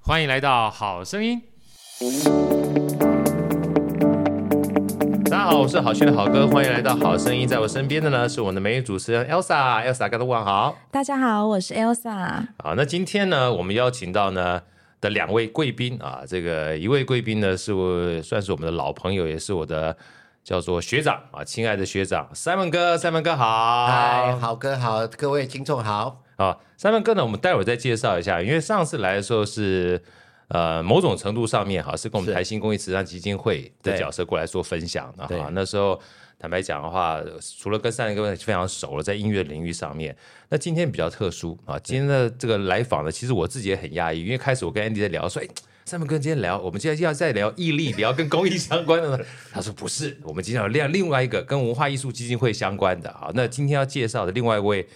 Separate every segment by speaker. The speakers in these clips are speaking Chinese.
Speaker 1: 欢迎来到《好声音》。大家好，我是好趣的好哥，欢迎来到《好声音》。在我身边的呢，是我的美女主持人 Elsa。Elsa，大家晚好。
Speaker 2: 大家好，我是 Elsa。
Speaker 1: 好，那今天呢，我们邀请到呢的两位贵宾啊，这个一位贵宾呢是我算是我们的老朋友，也是我的叫做学长啊，亲爱的学长 Simon 哥，Simon 哥好，
Speaker 3: 嗨，好哥好，各位听众 好。
Speaker 1: 啊，Simon 哥呢，我们待会儿再介绍一下，因为上次来的时候是。呃，某种程度上面哈，是跟我们
Speaker 3: 是
Speaker 1: 台新公益慈善基金会的
Speaker 3: 对
Speaker 1: 角色过来做分享的
Speaker 3: 对
Speaker 1: 哈。那时候坦白讲的话，除了跟三哥非常熟了，在音乐领域上面，那今天比较特殊啊。今天的这个来访呢，其实我自己也很压抑，因为开始我跟 Andy 在聊，说哎。三门哥今天聊，我们今天要再聊毅力，聊跟公益相关的呢。 他说不是，我们今天要聊另外一个跟文化艺术基金会相关的啊。那今天要介绍的另外一位，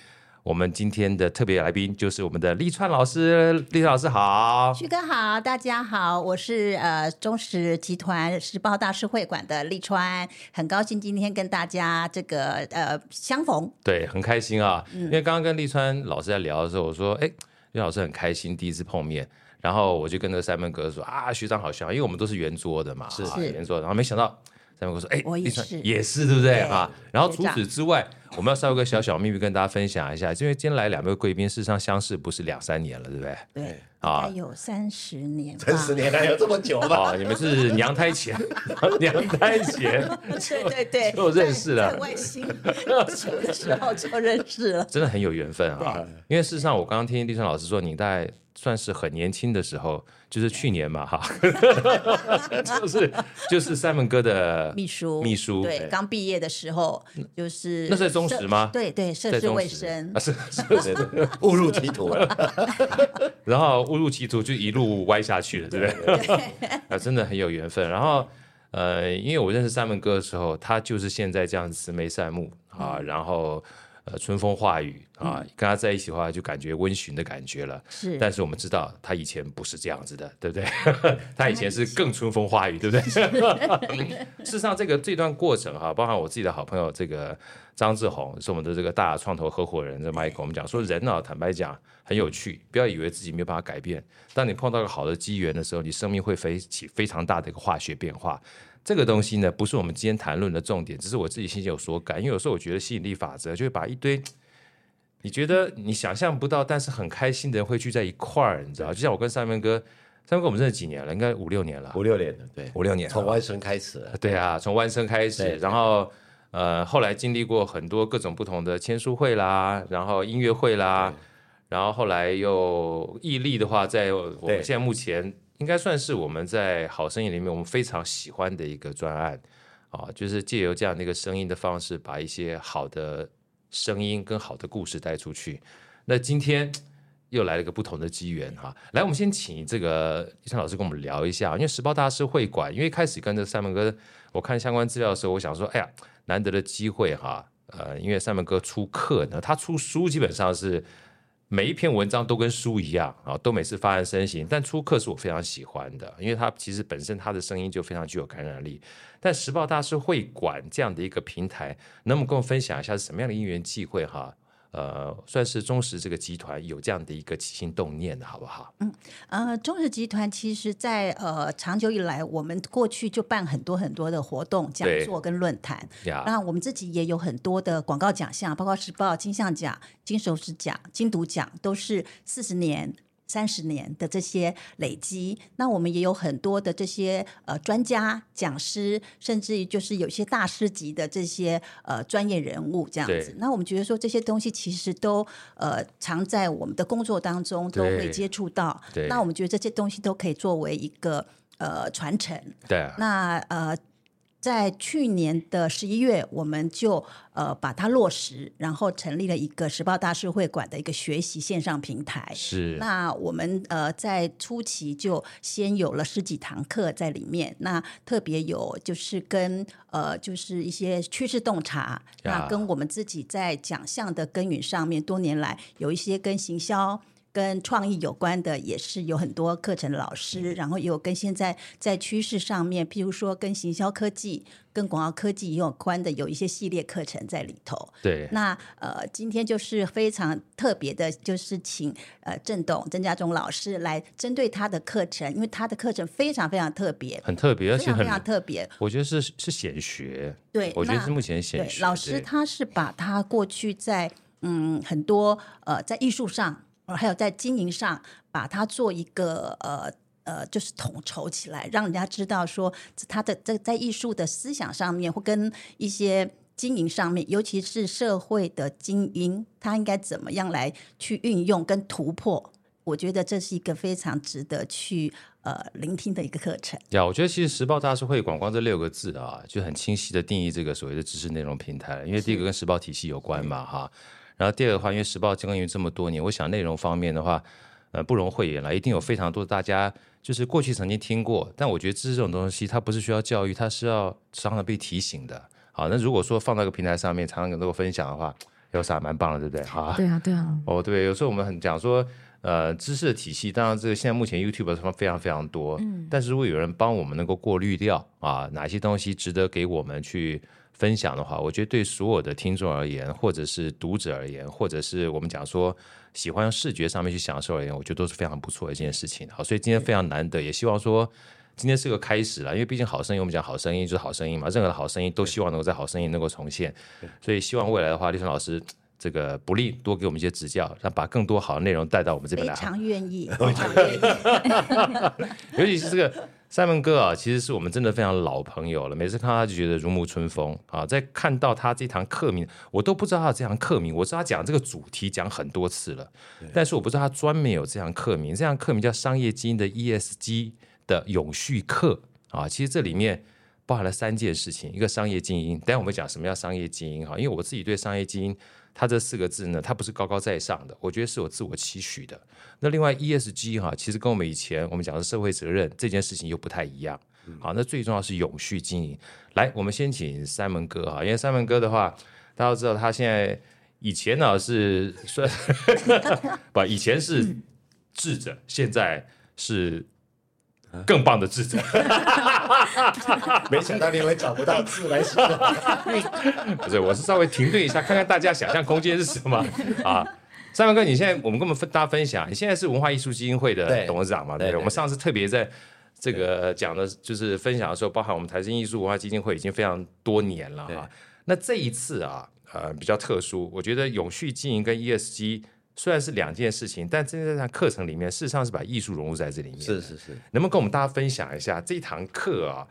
Speaker 1: 我们今天的特别来宾就是我们的立川老师，立川老师好。
Speaker 4: 旭哥好，大家好，我是呃中石集团时报大师会馆的立川，很高兴今天跟大家这个呃相逢。
Speaker 1: 对，很开心啊，
Speaker 4: 嗯
Speaker 1: 因为刚刚跟立川老师在聊的时候，我说，哎，立川老师很开心，第一次碰面。然后我就跟那个三门哥说啊，学长好像，因为我们都是圆桌的嘛，
Speaker 3: 是
Speaker 1: 啊、
Speaker 4: 是
Speaker 1: 圆桌的。然后没想到三门哥说，哎，
Speaker 4: 我也
Speaker 1: 立川
Speaker 4: 是
Speaker 1: 也是对不对
Speaker 4: 对
Speaker 1: 啊？然后除
Speaker 4: 学长
Speaker 1: 此之外，我们要稍微有个小小秘密跟大家分享一下，因为今天来两位贵宾，事实上相识不是两三年了，对不对？
Speaker 4: 对，
Speaker 1: 啊
Speaker 4: 大概有三十年吧，
Speaker 3: 三十年来有这么久吗？
Speaker 1: 啊，你们是娘胎前， 娘胎前，
Speaker 4: 对对对，
Speaker 1: 就认识了
Speaker 4: 在在外星球的时候就认识了。
Speaker 1: 真的很有缘分啊！因为事实上，我刚刚听立川老师说，你大概算是很年轻的时候，就是去年嘛，哈，就是就是三门哥的
Speaker 4: 秘书，
Speaker 1: 秘书
Speaker 4: 对，刚毕业的时候就是
Speaker 1: 那是在中时吗
Speaker 4: 对对，涉
Speaker 1: 在
Speaker 4: 世
Speaker 1: 中
Speaker 4: 未
Speaker 1: 时
Speaker 4: 深
Speaker 1: 啊，，是是是，
Speaker 3: 误入歧途了。
Speaker 1: 然后误入歧途就一路歪下去了，对不对？啊， 真的很有缘分。然后呃，因为我认识三门哥的时候，他就是现在这样慈眉善目啊，然后呃春风化雨啊，跟他在一起的话，就感觉温煦的感觉了。
Speaker 4: 是
Speaker 1: 但是我们知道他以前不是这样子的，对不对？他以前是更春风化雨，对不对？ 事实上，这个这段过程哈、啊包含我自己的好朋友这个张志宏，是我们的这个大创投合伙人这 Michael，我们讲说人啊，坦白讲很有趣，不要以为自己没有办法改变。当你碰到个好的机缘的时候，你生命会飞起非常大的一个化学变化。这个东西呢，不是我们今天谈论的重点，只是我自己心里有所感。因为有时候我觉得吸引力法则就会把一堆你觉得你想象不到，但是很开心的人会聚在一块儿，你知道？就像我跟三门哥，三门哥我们认识几年了？应该五六年了，
Speaker 3: 五六年了，对，
Speaker 1: 五六年了
Speaker 3: 从外生开始了，
Speaker 1: 对啊，从弯生开始，
Speaker 3: 对
Speaker 1: 然后呃，后来经历过很多各种不同的签书会啦，然后音乐会啦，然后后来又毅力的话，在我们
Speaker 3: 对
Speaker 1: 现在目前应该算是我们在好声音里面我们非常喜欢的一个专案啊，就是借由这样的一个声音的方式，把一些好的声音跟好的故事带出去。那今天。又来了一个不同的机缘哈。来，我们先请这个医生老师跟我们聊一下，因为时报大师会馆，因为一开始跟着三门哥，我看相关资料的时候，我想说，哎呀，难得的机会哈，呃，因为三门哥出课呢，他出书基本上是。每一篇文章都跟书一样啊，都每次发人深省。但出课是我非常喜欢的，因为他其实本身他的声音就非常具有感染力。但时报大师会馆这样的一个平台，能不能跟我分享一下是什么样的因缘际会哈？呃，算是中石这个集团有这样的一个起心动念的，好不好？
Speaker 4: 呃，中日集团其实在呃长久以来，我们过去就办很多很多的活动、讲
Speaker 1: 对
Speaker 4: 座跟论坛。
Speaker 1: 呀、
Speaker 4: 那我们自己也有很多的广告奖项，包括时报金像奖、金手指奖、金读奖，都是四十年。三十年的这些累积，那我们也有很多的这些呃专家、讲师，甚至于就是有些大师级的这些呃专业人物这样
Speaker 1: 对
Speaker 4: 子。那我们觉得说这些东西其实都呃常在我们的工作当中都
Speaker 1: 对
Speaker 4: 会接触到
Speaker 1: 对。
Speaker 4: 那我们觉得这些东西都可以作为一个呃传承。
Speaker 1: 对啊，
Speaker 4: 那呃，在去年的十一月，我们就呃把它落实，然后成立了一个时报大师会馆的一个学习线上平台。
Speaker 1: 是
Speaker 4: 那我们呃在初期就先有了十几堂课在里面，那特别有就是跟呃就是一些趋势洞察，
Speaker 1: 呀
Speaker 4: 那跟我们自己在奖项的耕耘上面，多年来有一些跟行销。跟创意有关的，也是有很多课程老
Speaker 1: 嗯
Speaker 4: 师，然后也有跟现在在趋势上面，譬如说跟行销科技、跟广告科技也有关的，有一些系列课程在里头。
Speaker 1: 对，
Speaker 4: 那呃，今天就是非常特别的，就是请呃郑董、郑家忠老师来针对他的课程，因为他的课程非常非常特别，
Speaker 1: 很特别，而
Speaker 4: 非
Speaker 1: 且
Speaker 4: 常非
Speaker 1: 很，
Speaker 4: 常特别。
Speaker 1: 我觉得是是显学，
Speaker 4: 对，
Speaker 1: 我觉得
Speaker 4: 那
Speaker 1: 是目前显
Speaker 4: 对
Speaker 1: 学。
Speaker 4: 老师
Speaker 1: 对
Speaker 4: 他是把他过去在嗯很多呃在艺术上，呃还有在经营上，把它做一个呃。呃，就是统筹起来，让人家知道说他的在在艺术的思想上面，或跟一些经营上面，尤其是社会的精英，他应该怎么样来去运用跟突破。我觉得这是一个非常值得去呃聆听的一个课程。
Speaker 1: 呀，我觉得其实时报大师会广光这六个字啊，就很清晰的定义这个所谓的知识内容平台了，因为第一个跟时报体系有关嘛，哈。然后第二个的话，因为时报耕耘这么多年，我想内容方面的话，呃，不容讳言了，一定有非常多大家就是过去曾经听过，但我觉得知识这种东西，它不是需要教育，它是要常常被提醒的。好，那如果说放到一个平台上面，常常能够分享的话，有啥蛮棒的，对不对？好啊，
Speaker 2: 对啊，对啊，
Speaker 1: 哦，对，有时候我们很讲说，呃，知识的体系，当然这个现在目前 YouTube 上非常非常多，嗯，但是如果有人帮我们能够过滤掉啊，哪些东西值得给我们去分享的话，我觉得对所有的听众而言，或者是读者而言，或者是我们讲说喜欢视觉上面去享受而言，我觉得都是非常不错的一件事情。好，所以今天非常难得，也希望说。今天是个开始了，因为毕竟好声音，我们讲好声音就是好声音嘛，任何的好声音都希望能够在好声音能够重现，所以希望未来的话，立春老师这个不吝多给我们一些指教，让把更多好的内容带到我们这边
Speaker 4: 非
Speaker 1: 来。
Speaker 4: 常 愿意，非常愿意。
Speaker 1: 尤其是这个 Simon 哥啊，其实是我们真的非常老朋友了。每次看到他就觉得如沐春风啊。在看到他这堂课名，我都不知道他有这堂课名，我知道他讲这个主题讲很多次了，但是我不知道他专门有这堂课名。这堂课名叫《商业基因的 ESG 的永续课》啊。其实这里面。包含了三件事情，一个商业精英，待会我们讲什么叫商业精英哈，因为我自己对商业精英，它这四个字呢，它不是高高在上的，我觉得是有自我期许的。那另外 ESG 哈，其实跟我们以前我们讲的社会责任这件事情又不太一样。好，那最重要是永续经营。来，我们先请三门哥哈，因为三门哥的话，大家都知道他现在以前呢是算不，以前是智者，现在是更棒的智者。
Speaker 3: 没想到你们找不到字来形容。
Speaker 1: 不是，我是稍微停顿一下，看看大家想象空间是什 么啊。三文哥，你现在我们跟我们分大家分享，你现在是文化艺术基金会的
Speaker 3: 对
Speaker 1: 董事长嘛？对不
Speaker 3: 对
Speaker 1: 对，
Speaker 3: 对
Speaker 1: 我们上次特别在这个讲的，就是分享的时候，包含我们台新艺术文化基金会已经非常多年了
Speaker 3: 对
Speaker 1: 哈。那这一次啊，呃，比较特殊，我觉得永续经营跟 ESG 虽然是两件事情，但真正在课程里面，事实上是把艺术融入在这里面。
Speaker 3: 是是是，
Speaker 1: 能不能跟我们大家分享一下这堂课啊？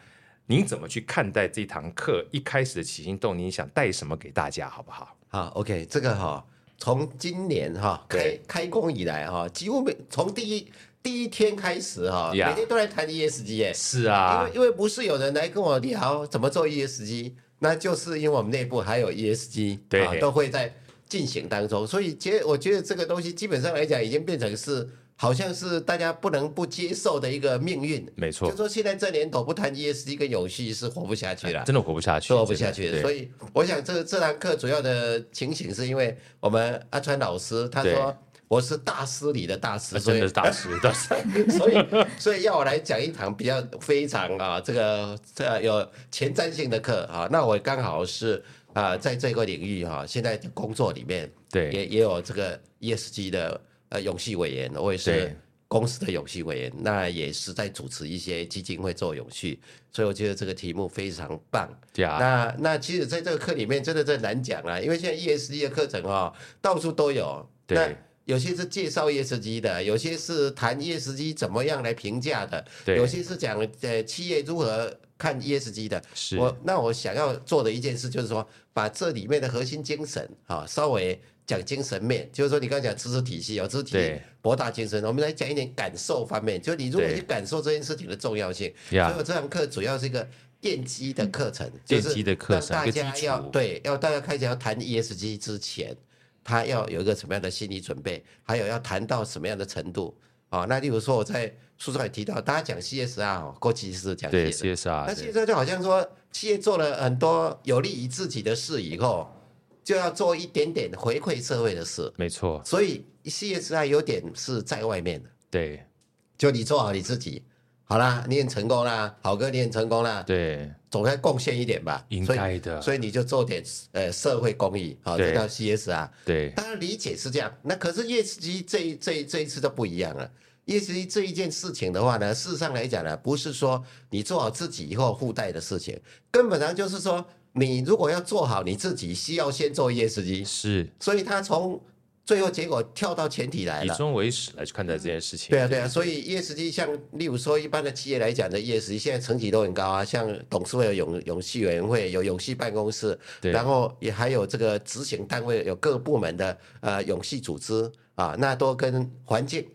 Speaker 1: 您怎么去看待这堂课一开始的起心动念？你想带什么给大家，好不好？
Speaker 3: 好，OK，这个哈、从今年哈、开
Speaker 1: 对
Speaker 3: 开工以来哈、几乎每从第一第一天开始哈、
Speaker 1: Yeah
Speaker 3: 每天都来谈 ESG 耶、
Speaker 1: 是啊
Speaker 3: 因为，因为不是有人来跟我聊怎么做 ESG，那就是因为我们内部还有 ESG，
Speaker 1: 对
Speaker 3: 啊、都会在进行当中，所以觉我觉得这个东西基本上来讲已经变成是好像是大家不能不接受的一个命运。
Speaker 1: 没
Speaker 3: 就
Speaker 1: 错，
Speaker 3: 说现在这年头不谈 ESG 跟永续是活不下去了。
Speaker 1: 真的活不下去，
Speaker 3: 做不下去
Speaker 1: 真的哎对
Speaker 3: 的。所以我想这这堂课主要的情形是因为我们阿川老师他
Speaker 1: 对
Speaker 3: 说我是大师里的大师，
Speaker 1: 那
Speaker 3: 所
Speaker 1: 真
Speaker 3: 以
Speaker 1: 的是大师，大 师
Speaker 3: 所以所以要我来讲一堂比较非常啊这个这个有前瞻性的课啊，那我刚好是啊在这个领域哈、现在工作里面
Speaker 1: 对
Speaker 3: 也也有这个 ESG 的呃永续委员，我
Speaker 1: 对
Speaker 3: 也是公司的永续委员，那也是在主持一些基金会做永续，所以我觉得这个题目非常棒。
Speaker 1: 呀，
Speaker 3: 那那其实在这个课里面，真的真的难讲啊，因为现在 ESG 的课程哦，到处都有。
Speaker 1: 对
Speaker 3: 那有些是介绍 ESG 的，有些是谈 ESG 怎么样来评价的，
Speaker 1: 对
Speaker 3: 有些是讲呃企业如何看 ESG 的。
Speaker 1: 是
Speaker 3: 我那我想要做的一件事就是说，把这里面的核心精神啊、稍微讲精神面，就是说你刚才讲知识体系有哦知识体系
Speaker 1: 对
Speaker 3: 博大精深，我们来讲一点感受方面，就你如何
Speaker 1: 对
Speaker 3: 去感受这件事情的重要性。所以
Speaker 1: 呀
Speaker 3: 我这堂课主要是一个奠基的课程，
Speaker 1: 奠基嗯的课程一
Speaker 3: 就是让大
Speaker 1: 个
Speaker 3: 家
Speaker 1: 基础
Speaker 3: 要对，要大家开始要谈 ESG 之前，他要有一个什么样的心理准备，还有要谈到什么样的程度啊、那例如说我在书上也提到，大家讲 CSR 哦，过去是讲
Speaker 1: 对
Speaker 3: CSR，
Speaker 1: CSR，
Speaker 3: 那现
Speaker 1: 对
Speaker 3: 在就好像说，企业做了很多有利于自己的事以后，就要做一点点回馈社会的事。
Speaker 1: 没错，
Speaker 3: 所以 CSI 有点是在外面的，
Speaker 1: 对
Speaker 3: 就你做好你自己，好啦，你很成功啦，好哥你很成功啦，
Speaker 1: 对，
Speaker 3: 总该贡献一点吧，
Speaker 1: 应
Speaker 3: 所以
Speaker 1: 该的
Speaker 3: 所以你就做点呃社会公益，好、
Speaker 1: 对
Speaker 3: 这叫 CSR。
Speaker 1: 对，
Speaker 3: 当然理解是这样，那可是 ESG 这一这一这一次就不一样了。ESG 这一件事情的话呢，事实上来讲呢，不是说你做好自己以后附带的事情，根本上就是说，你如果要做好你自己，需要先做 ESG。
Speaker 1: 是
Speaker 3: 所以他从最后结果跳到前提来
Speaker 1: 以
Speaker 3: 了。
Speaker 1: 终为始来去看待这件事情。
Speaker 3: 对啊，对啊，所以 ESG 像例如说一般的企业来讲的 ESG，现在层级都很高啊，像董事会有永永续委员会，有永续办公室，
Speaker 1: 对
Speaker 3: 然后也还有这个执行单位有各部门的呃永续组织啊，那都跟环境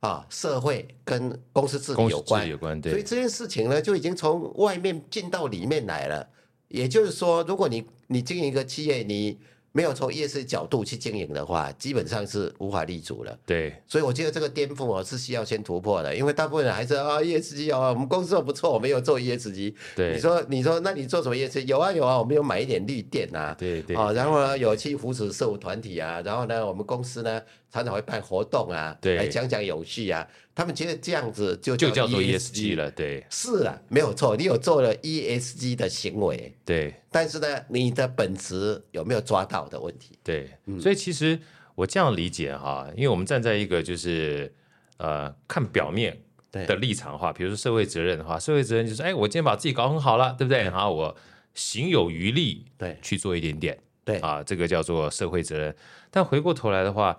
Speaker 3: 啊、社会跟公司治理
Speaker 1: 公
Speaker 3: 有
Speaker 1: 司
Speaker 3: 关
Speaker 1: 治理。有关，
Speaker 3: 所以
Speaker 1: 对，
Speaker 3: 这件事情呢，就已经从外面进到里面来了。也就是说，如果你你经营一个企业，你没有从 ESG 角度去经营的话，基本上是无法立足了。
Speaker 1: 对，
Speaker 3: 所以我觉得这个颠覆哦是需要先突破的，因为大部分人还是啊 ESG 哦，我们公司做不错，我们有做 ESG。
Speaker 1: 对
Speaker 3: 你说你说那你做什么 ESG？有啊有啊，我们有买一点绿电啊。
Speaker 1: 对对
Speaker 3: 哦，然后呢，有去扶持社会团体啊，然后呢，我们公司呢常常会办活动啊，
Speaker 1: 对
Speaker 3: 来讲讲有序啊。他们觉得这样子就 E
Speaker 1: 就叫做 E
Speaker 3: ESG
Speaker 1: ESG。了，对
Speaker 3: 是啊，没有错，你有做了 ESG 的行为，
Speaker 1: 对
Speaker 3: 但是呢，你的本质有没有抓到的问题？
Speaker 1: 对，所以其实我这样理解哈，因为我们站在一个就是呃看表面
Speaker 3: 对
Speaker 1: 的立场的话，比如说社会责任的话，社会责任就是哎，我今天把自己搞很好了，对不对？然后我行有余力
Speaker 3: 对
Speaker 1: 去做一点点，
Speaker 3: 对
Speaker 1: 啊，这个叫做社会责任。但回过头来的话，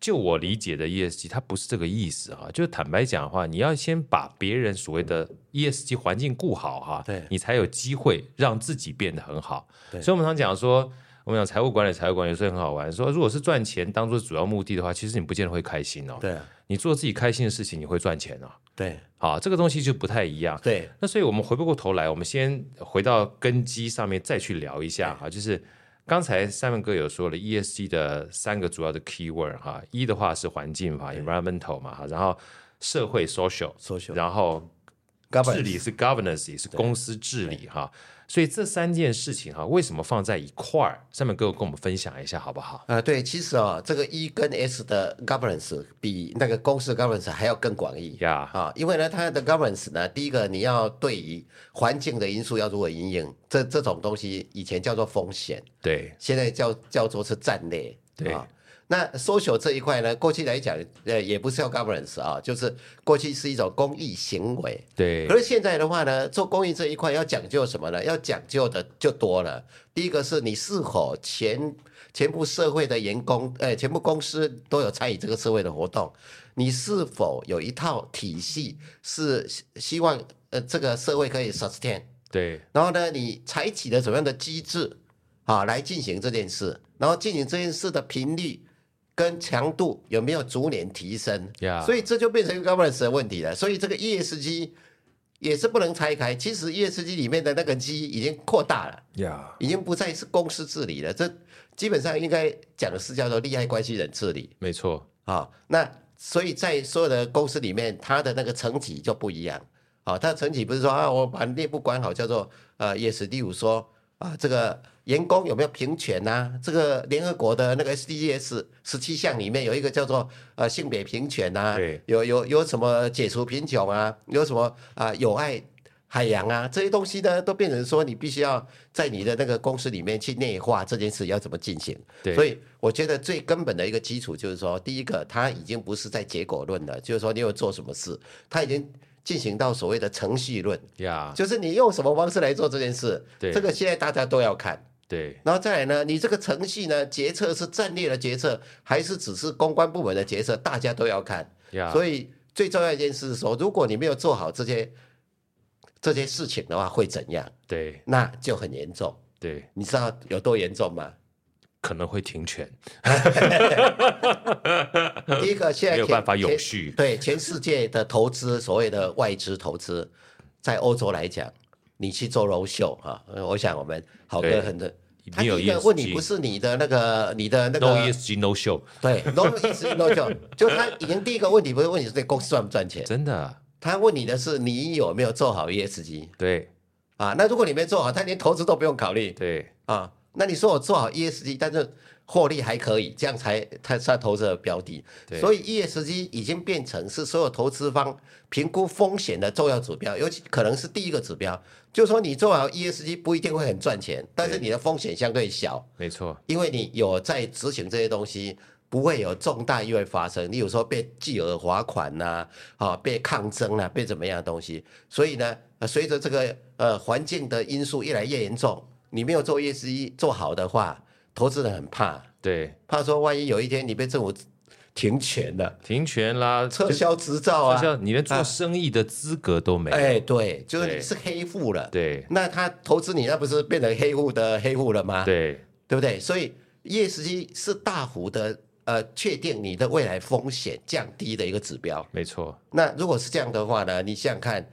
Speaker 1: 就我理解的 ESG，它不是这个意思哈、就是坦白讲的话，你要先把别人所谓的 ESG 环境顾好哈、
Speaker 3: 对
Speaker 1: 你才有机会让自己变得很好。
Speaker 3: 对
Speaker 1: 所以我们常讲说，我们讲财务管理，财务管理有时候很好玩。说如果是赚钱当做主要目的的话，其实你不见得会开心哦。
Speaker 3: 对啊，
Speaker 1: 你做自己开心的事情，你会赚钱哦。
Speaker 3: 对
Speaker 1: 啊，这个东西就不太一样。
Speaker 3: 对
Speaker 1: 那所以我们回不过头来，我们先回到根基上面再去聊一下哈，就是刚才三文哥有说了 ESG 的三个主要的 keyword 哈，一的话是环境嘛，environmental 嘛，哈然后社会 social，
Speaker 3: ，social
Speaker 1: 然后治理是 governance 也是公司治理哈，所以这三件事情哈，为什么放在一块儿？三文哥跟我们分享一下好不好？
Speaker 3: 啊、对，其实哦，这个 E 跟 S 的 governance 比那个公司的 governance 还要更广义
Speaker 1: 呀、
Speaker 3: 啊，因为呢，它的 governance 呢，第一个你要对于环境的因素要如何应用，这这种东西以前叫做风险，
Speaker 1: 对
Speaker 3: 现在叫叫做是战略，
Speaker 1: 对
Speaker 3: 啊。那 social 这一块呢，过去来讲，呃，也不是叫 governance 啊，就是过去是一种公益行为，
Speaker 1: 对
Speaker 3: 可是现在的话呢，做公益这一块要讲究什么呢？要讲究的就多了。第一个是你是否全全部社会的员工，呃，全部公司都有参与这个社会的活动，你是否有一套体系是希希望呃这个社会可以 sustain？
Speaker 1: 对
Speaker 3: 然后呢，你采取了什么样的机制啊来进行这件事？然后进行这件事的频率跟强度有没有逐年提升
Speaker 1: Yeah
Speaker 3: 所以这就变成一个 governance 的问题了。所以这个 ESG 也是不能拆开。其实 ESG 里面的那个 G 已经扩大了，
Speaker 1: 呀
Speaker 3: 已经不再是公司治理了。这基本上应该讲的是叫做利害关系人治理。
Speaker 1: 没错，
Speaker 3: 啊、那所以在所有的公司里面，它的那个层级就不一样。好、它的层级不是说啊，我把内部管好叫做呃，也是例如说啊，这个员工有没有平权呐、这个联合国的那个 SDGs 十七项里面有一个叫做呃性别平权呐、
Speaker 1: 对
Speaker 3: 有有有什么解除贫穷啊，有什么啊、有爱。海洋啊，这些东西呢，都变成说你必须要在你的那个公司里面去内化这件事要怎么进行。
Speaker 1: 对
Speaker 3: 所以我觉得最根本的一个基础就是说，第一个，它已经不是在结果论了，就是说你有做什么事，它已经进行到所谓的程序论，
Speaker 1: 呀
Speaker 3: 就是你用什么方式来做这件事，
Speaker 1: 啊对
Speaker 3: 这个现在大家都要看。
Speaker 1: 对
Speaker 3: 然后再来呢，你这个程序呢，决策是战略的决策，还是只是公关部门的决策，大家都要看。
Speaker 1: 呀，
Speaker 3: 所以最重要一件事是说，如果你没有做好这些这些事情的话，会怎样？
Speaker 1: 对
Speaker 3: 那就很严重。
Speaker 1: 对
Speaker 3: 你知道有多严 重吗？
Speaker 1: 可能会停权，
Speaker 3: 第一个，现在
Speaker 1: 没有
Speaker 3: 全
Speaker 1: 办法永
Speaker 3: 全
Speaker 1: 续
Speaker 3: 对全世界的投资，所谓的外资投资，在欧洲来讲，你去做柔秀哈，呃我想我们好
Speaker 1: 对
Speaker 3: 哥很多，他
Speaker 1: 没
Speaker 3: 第
Speaker 1: 有
Speaker 3: 一个
Speaker 1: ESG
Speaker 3: 问你不是你的那个你的那个
Speaker 1: No ESG No Show，
Speaker 3: 对 no ESG no show，就他已经第一个问题不是问你这公司赚不赚钱，
Speaker 1: 真的
Speaker 3: 他问你的是你有没有做好 ESG
Speaker 1: 对
Speaker 3: 啊？那如果你没做好，他连投资都不用考虑
Speaker 1: 对
Speaker 3: 啊。那你说我做好 ESG，但是获利还可以，这样才它算投资的标的。
Speaker 1: 对
Speaker 3: 所以 ESG 已经变成是所有投资方评估风险的重要指标，尤其可能是第一个指标。就是说，你做好 ESG 不一定会很赚钱，但是
Speaker 1: 对
Speaker 3: 你的风险相对小，
Speaker 1: 没错，
Speaker 3: 因为你有在执行这些东西，不会有重大意外发生。例如说被巨额罚款呐、啊，被抗争啊，被怎么样的东西。所以呢，呃随着这个呃环境的因素越来越严重，你没有做 ESG 做好的话，投资人很怕，
Speaker 1: 对，
Speaker 3: 怕说万一有一天你被政府停权了，
Speaker 1: 停权啦，
Speaker 3: 撤
Speaker 1: 就
Speaker 3: 销执照
Speaker 1: 就
Speaker 3: 啊，
Speaker 1: 像你连
Speaker 3: 啊
Speaker 1: 做生意的资格都没有，
Speaker 3: 哎，对，就是
Speaker 1: 对
Speaker 3: 你是黑户了。
Speaker 1: 对
Speaker 3: 那他投资你，那不是变成黑户的黑户了吗？
Speaker 1: 对
Speaker 3: 对不对？所以 ESG 是大幅的呃确定你的未来风险降低的一个指标。
Speaker 1: 没错
Speaker 3: 那如果是这样的话呢，你想想看，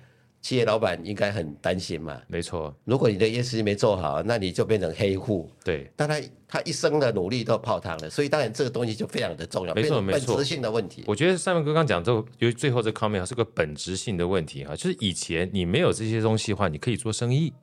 Speaker 3: 企业老板应该很担心嘛。
Speaker 1: 没错，
Speaker 3: 如果你的 ESG 没做好，那你就变成黑户，
Speaker 1: 对
Speaker 3: 那他他一生的努力都泡汤了。所以当然这个东西就非常的重要，
Speaker 1: 没错
Speaker 3: 变成
Speaker 1: 没错
Speaker 3: 本质性的问题。
Speaker 1: 我觉得上面哥刚讲这个，因为最后这 comment 是个本质性的问题哈，就是以前你没有这些东西的话，你可以做生意，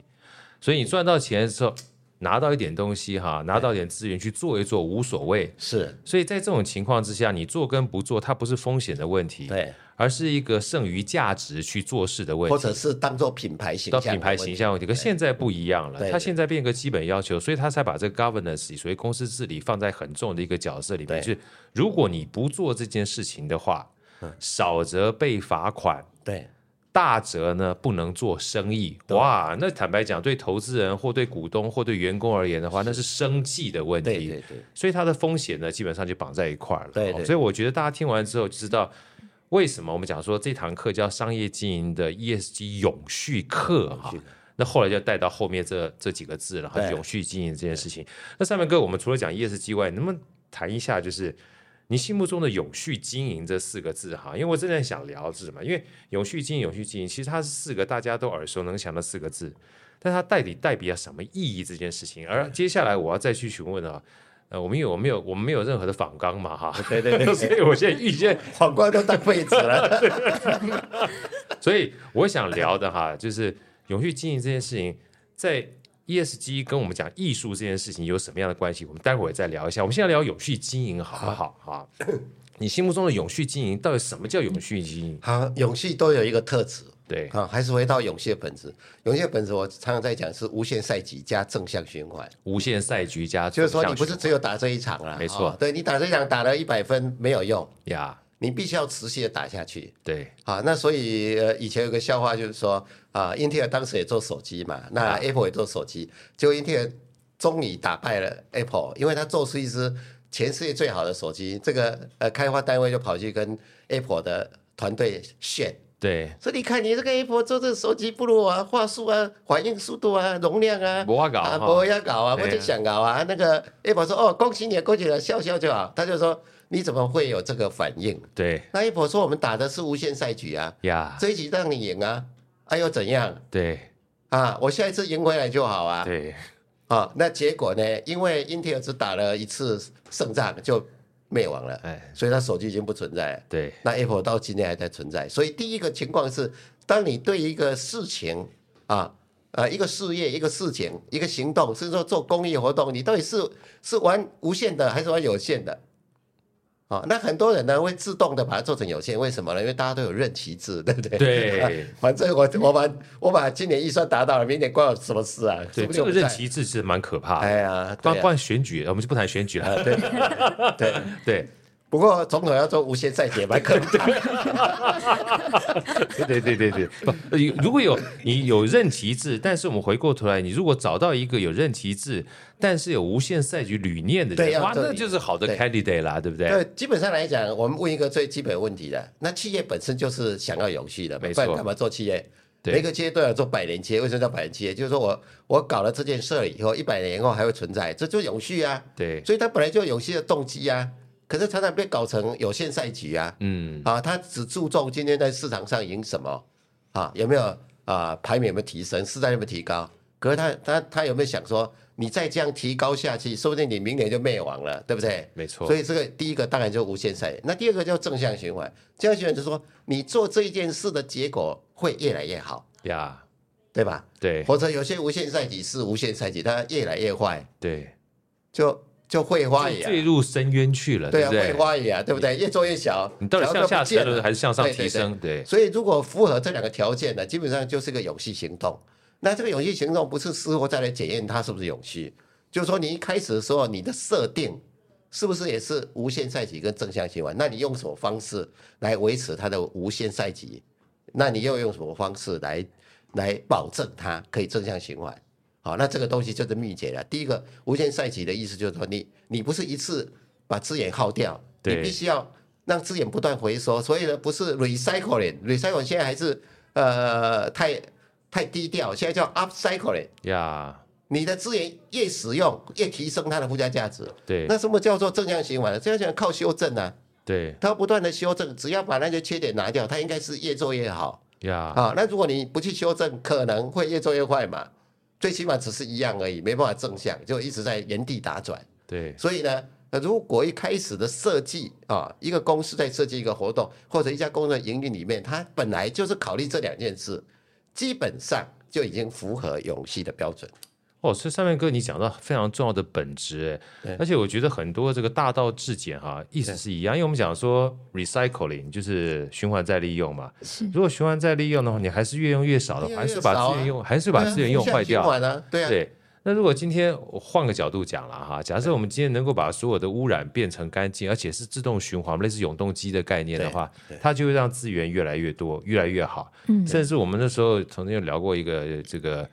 Speaker 1: 所以你赚到钱的时候拿到一点东西哈，拿到一点资源去做一做无所谓。
Speaker 3: 是
Speaker 1: 所以在这种情况之下，你做跟不做，它不是风险的问题，
Speaker 3: 对，
Speaker 1: 而是一个剩余价值去做事的问
Speaker 3: 或
Speaker 1: 题。
Speaker 3: 者是当做品牌形
Speaker 1: 到
Speaker 3: 象，
Speaker 1: 品牌形。象问题，可现在不一样了
Speaker 3: 对，
Speaker 1: 他现在变个基本要求，所以他才把这个 governance，所谓公司治理放在很重的一个角色里面。
Speaker 3: 对
Speaker 1: 就是如果你不做这件事情的话，
Speaker 3: 嗯
Speaker 1: 少则被罚款，
Speaker 3: 对
Speaker 1: 大则呢不能做生意。哇，那坦白讲，对投资人或对股东或对员工而言的话，那是生计的问题。
Speaker 3: 对对对，
Speaker 1: 所以它的风险呢，基本上就绑在一块儿了。
Speaker 3: 对
Speaker 1: 哦
Speaker 3: 对
Speaker 1: 所以我觉得大家听完之后就知道为什么我们讲说这堂课叫商业经营的 ESG 永续课哈、那后来就带到后面这这几个字了，哈
Speaker 3: 对
Speaker 1: 永续经营这件事情。那上面哥，我们除了讲 ESG 外，能不能谈一下就是你心目中的永续经营这四个字哈？因为我真的想聊是什么？因为永续经营，永续经营，其实它是四个大家都耳熟能详的四个字，但它到底代表什么意义这件事情？而接下来我要再去询问啊，呃，我们有我没有我们没有任何的仿纲嘛哈？对对对， 所以我现在预先，
Speaker 3: 皇冠都当被子了。
Speaker 1: 所以我想聊的哈，就是永续经营这件事情，在 ESG 跟我们讲艺术这件事情有什么样的关系？我们待会儿再聊一下。我们现在聊永续经营好不好？哈，你心目中的永续经营到底什么叫永续经营？
Speaker 3: 好，永续都有一个特质，
Speaker 1: 对，
Speaker 3: 啊，还是回到永续的本质。永续的本质，我常常在讲是无限赛局加正向循环，
Speaker 1: 无限赛局加
Speaker 3: 就是说
Speaker 1: 纵
Speaker 3: 你
Speaker 1: 向
Speaker 3: 不是只
Speaker 1: 循
Speaker 3: 有打这一场啦，
Speaker 1: 没错
Speaker 3: 哦对你打这一场打了一百分没有用，
Speaker 1: 环呀，
Speaker 3: 你必须要持续的打下去。
Speaker 1: 对
Speaker 3: 啊，那所以呃，以前有个笑话就是说啊，英特尔当时也做手机嘛，那
Speaker 1: 啊
Speaker 3: Apple 也做手机，结果英特尔终于打败了 Apple，因为他做出一只全世界最好的手机，这个呃开发单位就跑去跟 Apple 的团队炫，
Speaker 1: 对，
Speaker 3: 说你看你这个 Apple 做这个手机不如我、啊、话术啊、反应速度啊、容量啊，
Speaker 1: 不要搞
Speaker 3: 啊，
Speaker 1: 哈
Speaker 3: 不要搞啊，
Speaker 1: 对
Speaker 3: 我
Speaker 1: 啊
Speaker 3: 就想搞啊。那个 Apple 说哦，恭喜你，恭喜你，笑笑就好。他就说你怎么会有这个反应？
Speaker 1: 对
Speaker 3: 那 Apple 说我们打的是无限赛局啊，
Speaker 1: 呀，
Speaker 3: 这一局让你赢啊，哎、又怎样
Speaker 1: 对
Speaker 3: 啊？我下一次赢回来就好啊。
Speaker 1: 对
Speaker 3: 啊，那结果呢？因为英特尔只打了一次胜仗就灭亡了，
Speaker 1: 哎
Speaker 3: 所以他手机已经不存在了。
Speaker 1: 对
Speaker 3: 那 Apple 到今天还在存在。所以第一个情况是，当你对一个事情啊，呃，一个事业、一个事情、一个行动，甚至说做公益活动，你到底是是玩无限的还是玩有限的？啊，那很多人呢会自动的把它做成有限，为什么呢？因为大家都有任期制，对不对？
Speaker 1: 对
Speaker 3: 反正我我把我把今年预算达到了，明年关我什么事啊？
Speaker 1: 对，
Speaker 3: 说不定
Speaker 1: 这
Speaker 3: 我
Speaker 1: 个
Speaker 3: 不在
Speaker 1: 任期制啊是蛮可怕
Speaker 3: 哎
Speaker 1: 的。
Speaker 3: 呀，对
Speaker 1: 光
Speaker 3: 呀
Speaker 1: 光选举，我们就不谈选举了。
Speaker 3: 啊，对对。
Speaker 1: 对
Speaker 3: 不过总统要做无限再也蛮可怕的。
Speaker 1: 对对对对，不，呃有如果有你有任期制，但是我们回过头来，你如果找到一个有任期制，但是有无限赛局理念的
Speaker 3: 对
Speaker 1: 人，
Speaker 3: 要
Speaker 1: 哇，
Speaker 3: 这
Speaker 1: 那
Speaker 3: 里
Speaker 1: 就是好的
Speaker 3: 对
Speaker 1: candidate 啦，对不对？
Speaker 3: 对，基本上来讲，我们问一个最基本的问题的，那企业本身就是想要永续的嘛，
Speaker 1: 没
Speaker 3: 不然
Speaker 1: 错
Speaker 3: 干嘛做企业？
Speaker 1: 对
Speaker 3: 每个企业都要做百年企业，为什么叫百年企业？就是说我我搞了这件事儿以后，一百年后还会存在，这就永续啊。
Speaker 1: 对，
Speaker 3: 所以它本来就有永续的动机啊，可是常常被搞成有限赛局啊。
Speaker 1: 嗯，
Speaker 3: 啊，他只注重今天在市场上赢什么啊，有没有啊排名有没有提升，市占有没有提高？可是他他他有没有想说，你再这样提高下去，说不定你明年就灭亡了，对不对？
Speaker 1: 没错
Speaker 3: 所以这个第一个当然就无限赛，那第二个叫正向循环。正向循环就是说，你做这一件事的结果会越来越好。
Speaker 1: 呀，
Speaker 3: 对吧？
Speaker 1: 对
Speaker 3: 否则有些无限赛局是无限赛局，它越来越坏，
Speaker 1: 对，
Speaker 3: 就就会花
Speaker 1: 坠坠
Speaker 3: 野、啊，
Speaker 1: 入深渊去了，
Speaker 3: 对
Speaker 1: 不
Speaker 3: 啊，会
Speaker 1: 对？
Speaker 3: 花野啊，对不对？越做越小，
Speaker 1: 你到底
Speaker 3: 小
Speaker 1: 向
Speaker 3: 到
Speaker 1: 下
Speaker 3: 不见
Speaker 1: 沉沦
Speaker 3: 了
Speaker 1: 还是向上
Speaker 3: 对对
Speaker 1: 提
Speaker 3: 对
Speaker 1: 升？对，
Speaker 3: 所以如果符合这两个条件呢，基本上就是个永续行动。那这个永续行动不是事后再来检验它是不是永续，就是说你一开始的时候你的设定是不是也是无限赛局跟正向循环？那你用什么方式来维持它的无限赛局？那你又用什么方式来来保证它可以正向循环？好，那这个东西就是秘诀了。第一个，无限赛局的意思就是说你，你不是一次把资源耗掉，你
Speaker 1: 对
Speaker 3: 必须要让资源不断回收。所以呢，不是 recycling，recycling 现在还是呃太太低调，现在叫 upcycling。
Speaker 1: 呀，
Speaker 3: 你的资源越使用，越提升它的附加价值。
Speaker 1: 对
Speaker 3: 那什么叫做正向循环呢？正向循环靠修正啊，
Speaker 1: 对
Speaker 3: 它不断的修正，只要把那些缺点拿掉，它应该是越做越好。
Speaker 1: 呀，
Speaker 3: 啊，那如果你不去修正，可能会越做越坏嘛。最起码只是一样而已，没办法正向，就一直在原地打转。
Speaker 1: 对
Speaker 3: 所以呢，呃如果一开始的设计啊，一个公司在设计一个活动或者一家公司的营运里面，它本来就是考虑这两件事，基本上就已经符合永续的标准。
Speaker 1: 哦，所以三面哥你讲到非常重要的本质，哎
Speaker 3: 对
Speaker 1: 而且我觉得很多这个大道至简哈，意思是一样，因为我们讲说 recycling 就是循环再利用嘛，如果循环再利用的话，你还是越用越少的话，
Speaker 3: 越用
Speaker 1: 还是
Speaker 3: 越
Speaker 1: 把
Speaker 3: 少
Speaker 1: 资源
Speaker 3: 啊
Speaker 1: 用，还是把资源用坏掉，
Speaker 3: 完了，对啊，
Speaker 1: 对。那如果今天我换个角度讲了哈，假设我们今天能够把所有的污染变成干净，而且是自动循环，类似永动机的概念的话
Speaker 3: 对对，
Speaker 1: 它就会让资源越来越多，越来越好。
Speaker 2: 嗯
Speaker 1: 甚至我们那时候曾经有聊过一个这个。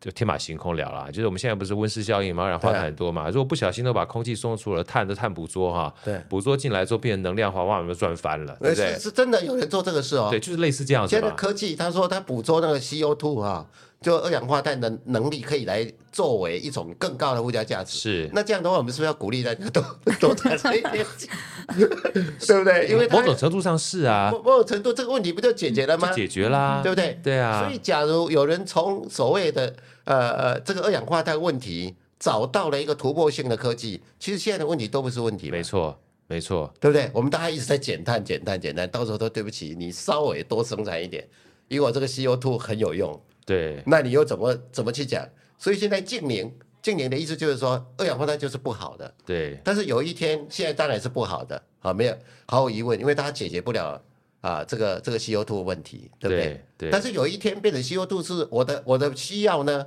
Speaker 1: 就天马行空聊啦，就是我们现在不是温室效应嘛，二氧化碳很多嘛。如果不小心都把空气送出了，碳的碳捕捉哈，
Speaker 3: 对
Speaker 1: 捕捉进来之后变成能量化，哇，我们赚翻了，对
Speaker 3: 呃
Speaker 1: 不对
Speaker 3: 是？是真的有人做这个事哦。
Speaker 1: 对，就是类似这样子
Speaker 3: 现在
Speaker 1: 嘛。
Speaker 3: 科技，他说他捕捉那个 CO2 啊，就二氧化碳的能力可以来作为一种更高的附加价值。
Speaker 1: 是
Speaker 3: 那这样的话，我们是不是要鼓励大 家多多产生一点， 对不对？因为它
Speaker 1: 某种程度上是啊，
Speaker 3: 某某种程度这个问题不就解决了吗
Speaker 1: 就？解决啦，
Speaker 3: 对不对？
Speaker 1: 对啊，
Speaker 3: 所以，假如有人从所谓的呃呃这个二氧化碳问题找到了一个突破性的科技，其实现在的问题都不是问题嘛，
Speaker 1: 没错，没错，
Speaker 3: 对不对？我们大家一直在减碳、减碳、减碳，到时候都对不起，你稍微多生产一点，因为我这个 CO2 很有用，
Speaker 1: 对
Speaker 3: 那你又怎么怎么去讲？所以现在净零，净零的意思就是说，二氧化碳就是不好的，
Speaker 1: 对
Speaker 3: 但是有一天，现在当然是不好的，啊，没有毫无疑问，因为它解决不了啊这个这个 CO2 的问题，对不对？
Speaker 1: 对对
Speaker 3: 但是有一天变成 CO2 是我的我的需要呢，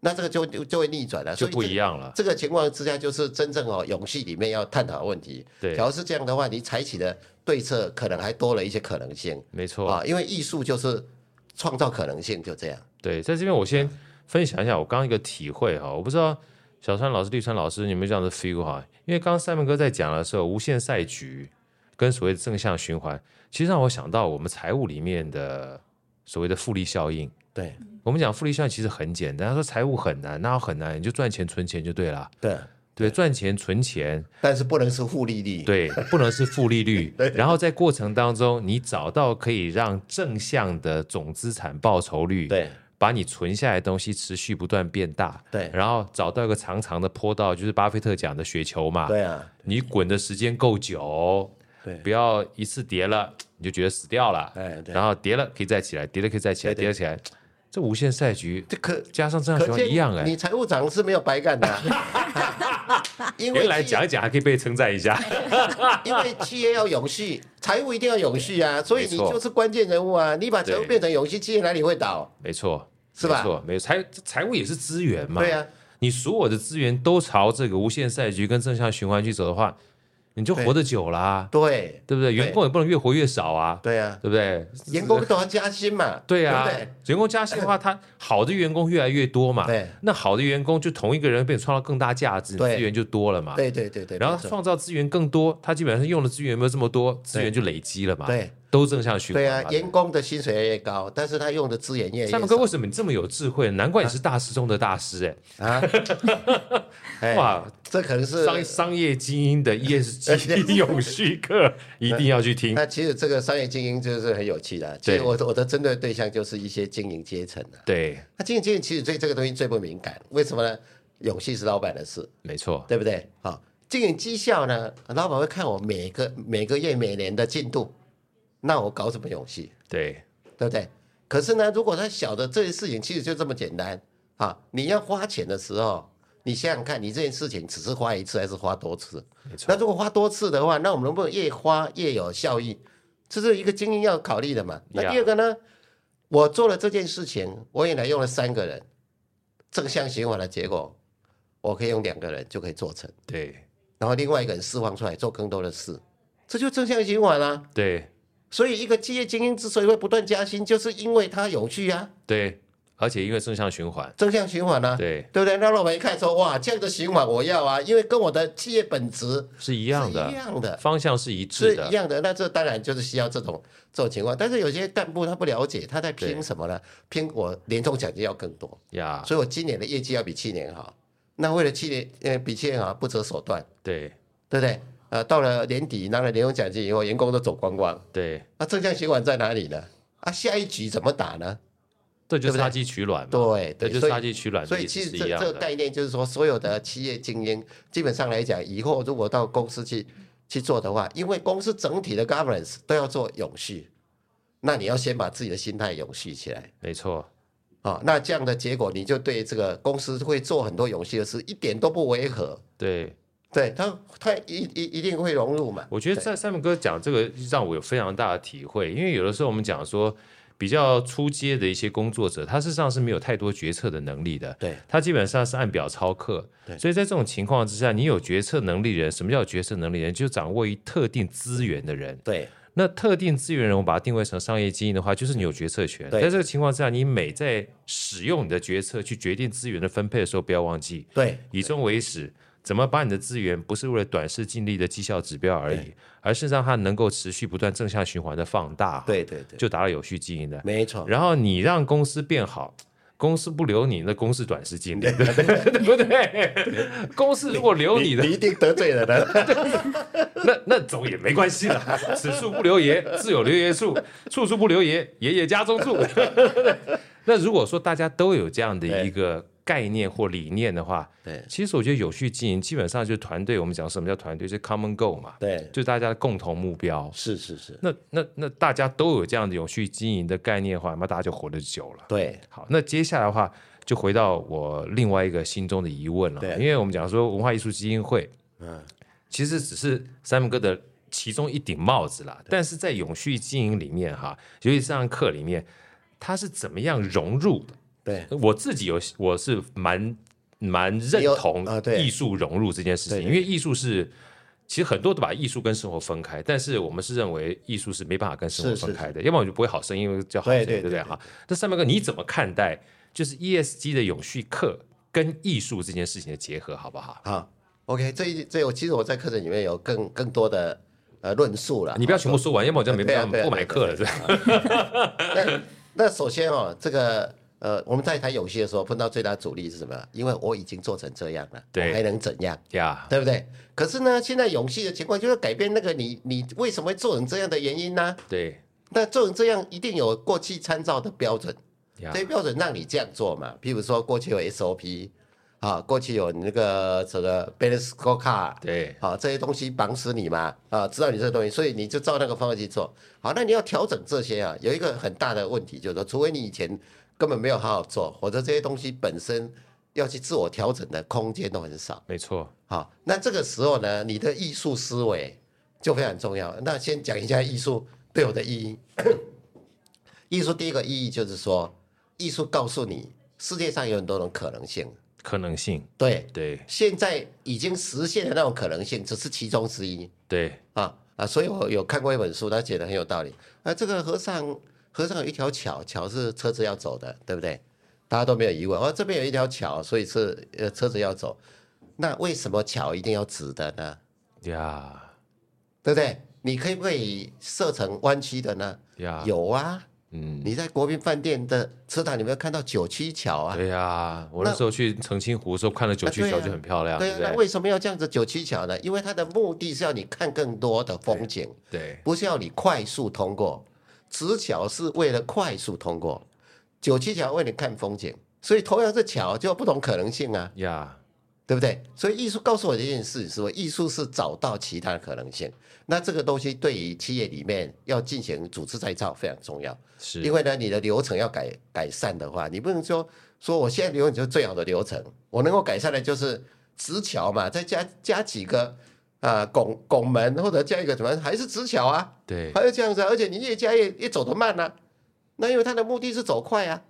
Speaker 3: 那这个就就就会逆转了，
Speaker 1: 就不一
Speaker 3: 样。
Speaker 1: 样了。
Speaker 3: 这个情况之下，就是真正哦，永续里面要探讨的问题。
Speaker 1: 对
Speaker 3: 假如是这样的话，你采取的对策可能还多了一些可能性
Speaker 1: 没错，
Speaker 3: 啊，因为艺术就是创造可能性，就这样。
Speaker 1: 对，在这边我
Speaker 3: 嗯
Speaker 1: 先分享一下我刚刚一个体会哈，我不知道小川老师、绿川老师你们这样的 feel 哈，因为刚刚 Simon 哥在讲的时候，无限赛局跟所谓的正向循环，其实让我想到我们财务里面的所谓的复利效应。
Speaker 3: 对
Speaker 1: 我们讲复利效应其实很简单，他说财务很难，那很难，你就赚钱存钱就对了。
Speaker 3: 对，
Speaker 1: 对，赚钱存钱，
Speaker 3: 但是不能是负利率。
Speaker 1: 对，不能是负利率。然后在过程当中，你找到可以让正向的总资产报酬率，
Speaker 3: 对
Speaker 1: 把你存下来的东西持续不断变大，
Speaker 3: 对
Speaker 1: 然后找到一个长长的坡道，就是巴菲特讲的雪球嘛，
Speaker 3: 对啊，
Speaker 1: 你滚的时间够久，
Speaker 3: 对
Speaker 1: 不要一次跌了你就觉得死掉了，
Speaker 3: 哎对
Speaker 1: 然后跌了可以再起来，跌了可以再起来，
Speaker 3: 对对
Speaker 1: 跌了起来，这无限赛局
Speaker 3: 这可
Speaker 1: 加上正向
Speaker 3: 可
Speaker 1: 循环
Speaker 3: 见
Speaker 1: 一样哎、
Speaker 3: 你财务长是没有白干的啊、 因为
Speaker 1: 原来
Speaker 3: 企
Speaker 1: 讲一讲还可以被称赞一下，
Speaker 3: 因为企业要永续，财务一定要永续啊，所以
Speaker 1: 没
Speaker 3: 你
Speaker 1: 错
Speaker 3: 就是关键人物啊，你把财务
Speaker 1: 对
Speaker 3: 变成永续，企业哪里会倒？
Speaker 1: 没错，
Speaker 3: 是吧
Speaker 1: 没错，没错，财财务也是资源嘛，
Speaker 3: 对啊，
Speaker 1: 你所有的资源都朝这个无限赛局跟正向循环去走的话，你就活得久啦、
Speaker 3: 对
Speaker 1: 对不对？
Speaker 3: 对
Speaker 1: 员工也不能越活越少啊，
Speaker 3: 对啊，
Speaker 1: 对不对？呃
Speaker 3: 员工都要加薪嘛，
Speaker 1: 对啊，
Speaker 3: 对不对
Speaker 1: 员工加薪的话，他好的员工越来越多嘛，
Speaker 3: 对
Speaker 1: 那好的员工就同一个人被你创造更大价值，
Speaker 3: 对
Speaker 1: 资源就多了嘛，
Speaker 3: 对对对对，
Speaker 1: 然后
Speaker 3: 没
Speaker 1: 他
Speaker 3: 错
Speaker 1: 创造资源更多，他基本上用的资源有没有这么多，资源就累积了嘛，
Speaker 3: 对，
Speaker 1: 都正向循环
Speaker 3: 对
Speaker 1: 嘛。
Speaker 3: 啊，员工的薪水越来越高，但是他用的资源越来越
Speaker 1: 山姆哥，为
Speaker 3: 少
Speaker 1: 什么你这么有智慧？难怪你是大师中的大师哎、
Speaker 3: 啊，哎，
Speaker 1: 哇，
Speaker 3: 这可能是
Speaker 1: 商商业精英 的 ESG 永续课一定要去听。
Speaker 3: 那其实这个商业经营就是很有趣的，其实
Speaker 1: 对
Speaker 3: 我的我的针对对象就是一些经营阶层啊，
Speaker 1: 对，
Speaker 3: 那经营阶层其实对这个东西最不敏感，为什么呢？永续是老板的事，
Speaker 1: 没错，
Speaker 3: 对不对？好，经营绩效呢，老板会看我每个每个月每年的进度，那我搞什么永续，
Speaker 1: 对
Speaker 3: 对不对？可是呢，如果他晓得这件事情其实就这么简单啊，你要花钱的时候，你想想看，你这件事情只是花一次还是花多次？
Speaker 1: 没错
Speaker 3: 那如果花多次的话，那我们能不能越花越有效益？这是一个经验要考虑的嘛。那
Speaker 1: Yeah
Speaker 3: 第二个呢，我做了这件事情，我原来用了三个人，正向循环的结果，我可以用两个人就可以做成，
Speaker 1: 对
Speaker 3: 然后另外一个人释放出来做更多的事，这就正向循环啦、
Speaker 1: 对
Speaker 3: 所以，一个企业精英之所以会不断加薪，就是因为它有趣啊，
Speaker 1: 对，而且因为正向循环，
Speaker 3: 正向循环啊，
Speaker 1: 对，
Speaker 3: 对不对？那老板一看说，哇，这样的循环我要啊，因为跟我的企业本质
Speaker 1: 是一
Speaker 3: 一
Speaker 1: 样的，
Speaker 3: 一样的，
Speaker 1: 方向是一
Speaker 3: 是
Speaker 1: 致
Speaker 3: 一
Speaker 1: 的，
Speaker 3: 样的。那这当然就是需要这种这种情况，但是有些干部他不了解，他在
Speaker 1: 对啊
Speaker 3: 拼什么呢？拼我年终奖金要更多，
Speaker 1: 呀，
Speaker 3: 所以我今年的业绩要比去年好。那为了去年呃比去年好，不择手段，
Speaker 1: 对
Speaker 3: 对不对？呃，到了年底拿了年终奖金以后，员工都走光光，
Speaker 1: 对，
Speaker 3: 那正向循环在哪里呢？啊，下一局怎么打呢？
Speaker 1: 这就
Speaker 3: 对
Speaker 1: 哦是
Speaker 3: 不对
Speaker 1: 杀鸡取卵嘛，
Speaker 3: 对
Speaker 1: 这
Speaker 3: 对，
Speaker 1: 就是
Speaker 3: 所以
Speaker 1: 杀鸡取卵
Speaker 3: 所
Speaker 1: 的
Speaker 3: 以
Speaker 1: 意思
Speaker 3: 其实
Speaker 1: 是
Speaker 3: 这
Speaker 1: 一样
Speaker 3: 这个
Speaker 1: 的，
Speaker 3: 概念就是说，所有的企业精英基本上来讲，以后如果到公司去去做的话，因为公司整体的 governance 都要做永续，那你要先把自己的心态永续起来
Speaker 1: 没错，
Speaker 3: 啊、那这样的结果，你就对这个公司会做很多永续的事，一点都不违和。
Speaker 1: 对。
Speaker 3: 对他，他一一一定会融入嘛。
Speaker 1: 我觉得
Speaker 3: 对
Speaker 1: 在 Simon 哥讲这个让我有非常大的体会，因为有的时候我们讲说比较出街的一些工作者，他事实上是没有太多决策的能力的，
Speaker 3: 对
Speaker 1: 他基本上是按表操课。
Speaker 3: 对
Speaker 1: 所以在这种情况之下，你有决策能力人，什么叫决策能力人？就掌握一特定资源的人。
Speaker 3: 对
Speaker 1: 那特定资源人，我把它定位成商业精英的话，就是你有决策权。
Speaker 3: 对
Speaker 1: 在这个情况之下，你每在使用你的决策去决定资源的分配的时候，不要忘记
Speaker 3: 对
Speaker 1: 以终为始，怎么把你的资源不是为了短视近利的绩效指标而已，而是让它能够持续不断正向循环的放大，，
Speaker 3: 对对对，
Speaker 1: 就达到有序经营的。
Speaker 3: 没错。
Speaker 1: 然后你让公司变好，公司不留你，那公司短视近利， 对不对？公司如果留你的
Speaker 3: 你，一定得罪人 了。
Speaker 1: 那那走也没关系的。 此处不留爷，自有留爷处； 处处不留爷，爷爷家中 住。那如果说大家都有这样的一个概念或理念的话，
Speaker 3: 对
Speaker 1: 其实我觉得有序经营基本上就是团队。我们讲什么叫团队，就是 common goal 嘛，
Speaker 3: 对，
Speaker 1: 就是大家的共同目标。
Speaker 3: 是是是，
Speaker 1: 那那那大家都有这样的有序经营的概念的话，那大家就活得久了。
Speaker 3: 对
Speaker 1: 好，那接下来的话，就回到我另外一个心中的疑问了，
Speaker 3: 对
Speaker 1: 因为我们讲说文化艺术基金会，嗯，其实只是 Simon 哥的其中一顶帽子啦，但是在永续经营里面哈，尤其这堂课里面，它是怎么样融入的？
Speaker 3: 对
Speaker 1: 我自己有我是蛮蛮认同
Speaker 3: 有啊对
Speaker 1: 艺术融入这件事情，
Speaker 3: 对对
Speaker 1: 因为艺术是。其实很多都把艺术跟生活分开，但是我们是认为艺术是没办法跟生活
Speaker 3: 是是
Speaker 1: 分开的，要不然我就不会好声音叫好声音，
Speaker 3: 对对
Speaker 1: 对不对
Speaker 3: 对
Speaker 1: 哈？那上面哥，你怎么看待就是 ESG 的永续课跟艺术这件事情的结合，好不好？
Speaker 3: 好，OK，这一这我其实我在课程里面有更更多的呃论述了。
Speaker 1: 你不要全部说完，要不然我就没
Speaker 3: 对
Speaker 1: 办
Speaker 3: 啊
Speaker 1: 法
Speaker 3: 对啊
Speaker 1: 不买课了，是
Speaker 3: 对
Speaker 1: 吧？
Speaker 3: 那那首先哦，这个呃，我们在谈游戏的时候碰到最大阻力是什么？因为我已经做成这样了，
Speaker 1: 对
Speaker 3: 我还能怎样？
Speaker 1: 呀，
Speaker 3: 对不对？可是呢，现在游戏的情况就是改变那个你你为什么会做成这样的原因呢、
Speaker 1: 对
Speaker 3: 那做成这样一定有过去参照的标准，
Speaker 1: 呀
Speaker 3: 这，些标准让你这样做嘛。譬如说过去有 SOP，啊，过去有那个这个 balance scorecard，
Speaker 1: 对
Speaker 3: 好、这些东西绑死你嘛，啊，知道你这个东西，所以你就照那个方向去做。好，那你要调整这些啊，有一个很大的问题就是说，除非你以前根本没有好好做，或者这些东西本身要去自我调整的空间都很少。
Speaker 1: 没错，
Speaker 3: 好，那这个时候呢，你的艺术思维就非常重要。那先讲一下艺术对我的意义。 艺术第一个意义就是说，艺术告诉你世界上有很多种可能性，
Speaker 1: 可能性，
Speaker 3: 对，
Speaker 1: 对
Speaker 3: 现在已经实现的那种可能性只是其中之一
Speaker 1: 对
Speaker 3: 啊啊！所以我有看过一本书，他写的很有道理。啊，这个和尚和尚有一条桥，桥是车子要走的，对不对？大家都没有疑问。哦，这边有一条桥，所以是呃车子要走。那为什么桥一定要直的呢？
Speaker 1: 呀
Speaker 3: 对不对？你可以不可以设成弯曲的呢？
Speaker 1: 呀，
Speaker 3: 有啊，
Speaker 1: 嗯，
Speaker 3: 你在国宾饭店的池塘里面看到九曲桥啊，
Speaker 1: 对呀，我那时候去澄清湖的时候看了九曲
Speaker 3: 啊对
Speaker 1: 桥
Speaker 3: 啊
Speaker 1: 就很漂亮，
Speaker 3: 对
Speaker 1: 对
Speaker 3: 啊
Speaker 1: 不，
Speaker 3: 那
Speaker 1: 对？
Speaker 3: 为什么要这样子九曲桥呢？因为它的目的是要你看更多的风景，
Speaker 1: 对
Speaker 3: 不是要你快速通过。直桥是为了快速通过，九曲桥为了看风景，所以同样是桥就有不同可能性啊。
Speaker 1: 呀，
Speaker 3: 对不对？所以艺术告诉我的一件事是，艺术是找到其他的可能性。那这个东西对于企业里面要进行组织再造非常重要，
Speaker 1: 是
Speaker 3: 因为呢，你的流程要改改善的话，你不能说说我现在流程就是最好的流程，我能够改善的就是直桥嘛，再加加几个啊拱拱门或者加一个什么，还是直桥啊，
Speaker 1: 对
Speaker 3: 还是这样子、啊，而且你越加越越走得慢啊，那因为它的目的是走快啊，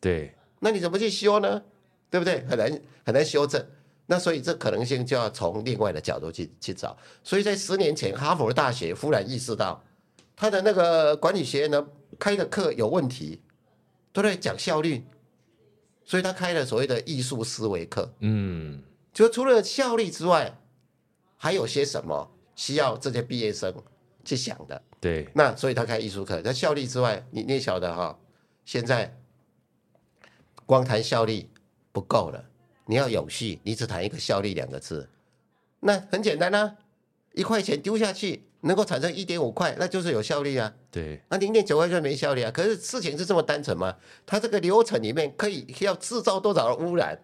Speaker 1: 对
Speaker 3: 那你怎么去修呢？对不对？很难很难修正。那所以这可能性就要从另外的角度去去找。所以在十年前，哈佛大学忽然意识到，他的那个管理学院呢开的课有问题，都在讲效率，所以他开了所谓的艺术思维课。
Speaker 1: 嗯
Speaker 3: 就除了效率之外，还有些什么需要这些毕业生去想的？
Speaker 1: 对
Speaker 3: 那所以他开艺术课，那效率之外，你你也晓得哈、现在光谈效率不够了，你要永续，你只谈一个效率两个字，那很简单啊，一块钱丢下去能够产生一点五块，那就是有效率啊。
Speaker 1: 对
Speaker 3: 那零点九块就没效率啊。可是事情是这么单纯吗？它这个流程里面可以要制造多少的污染，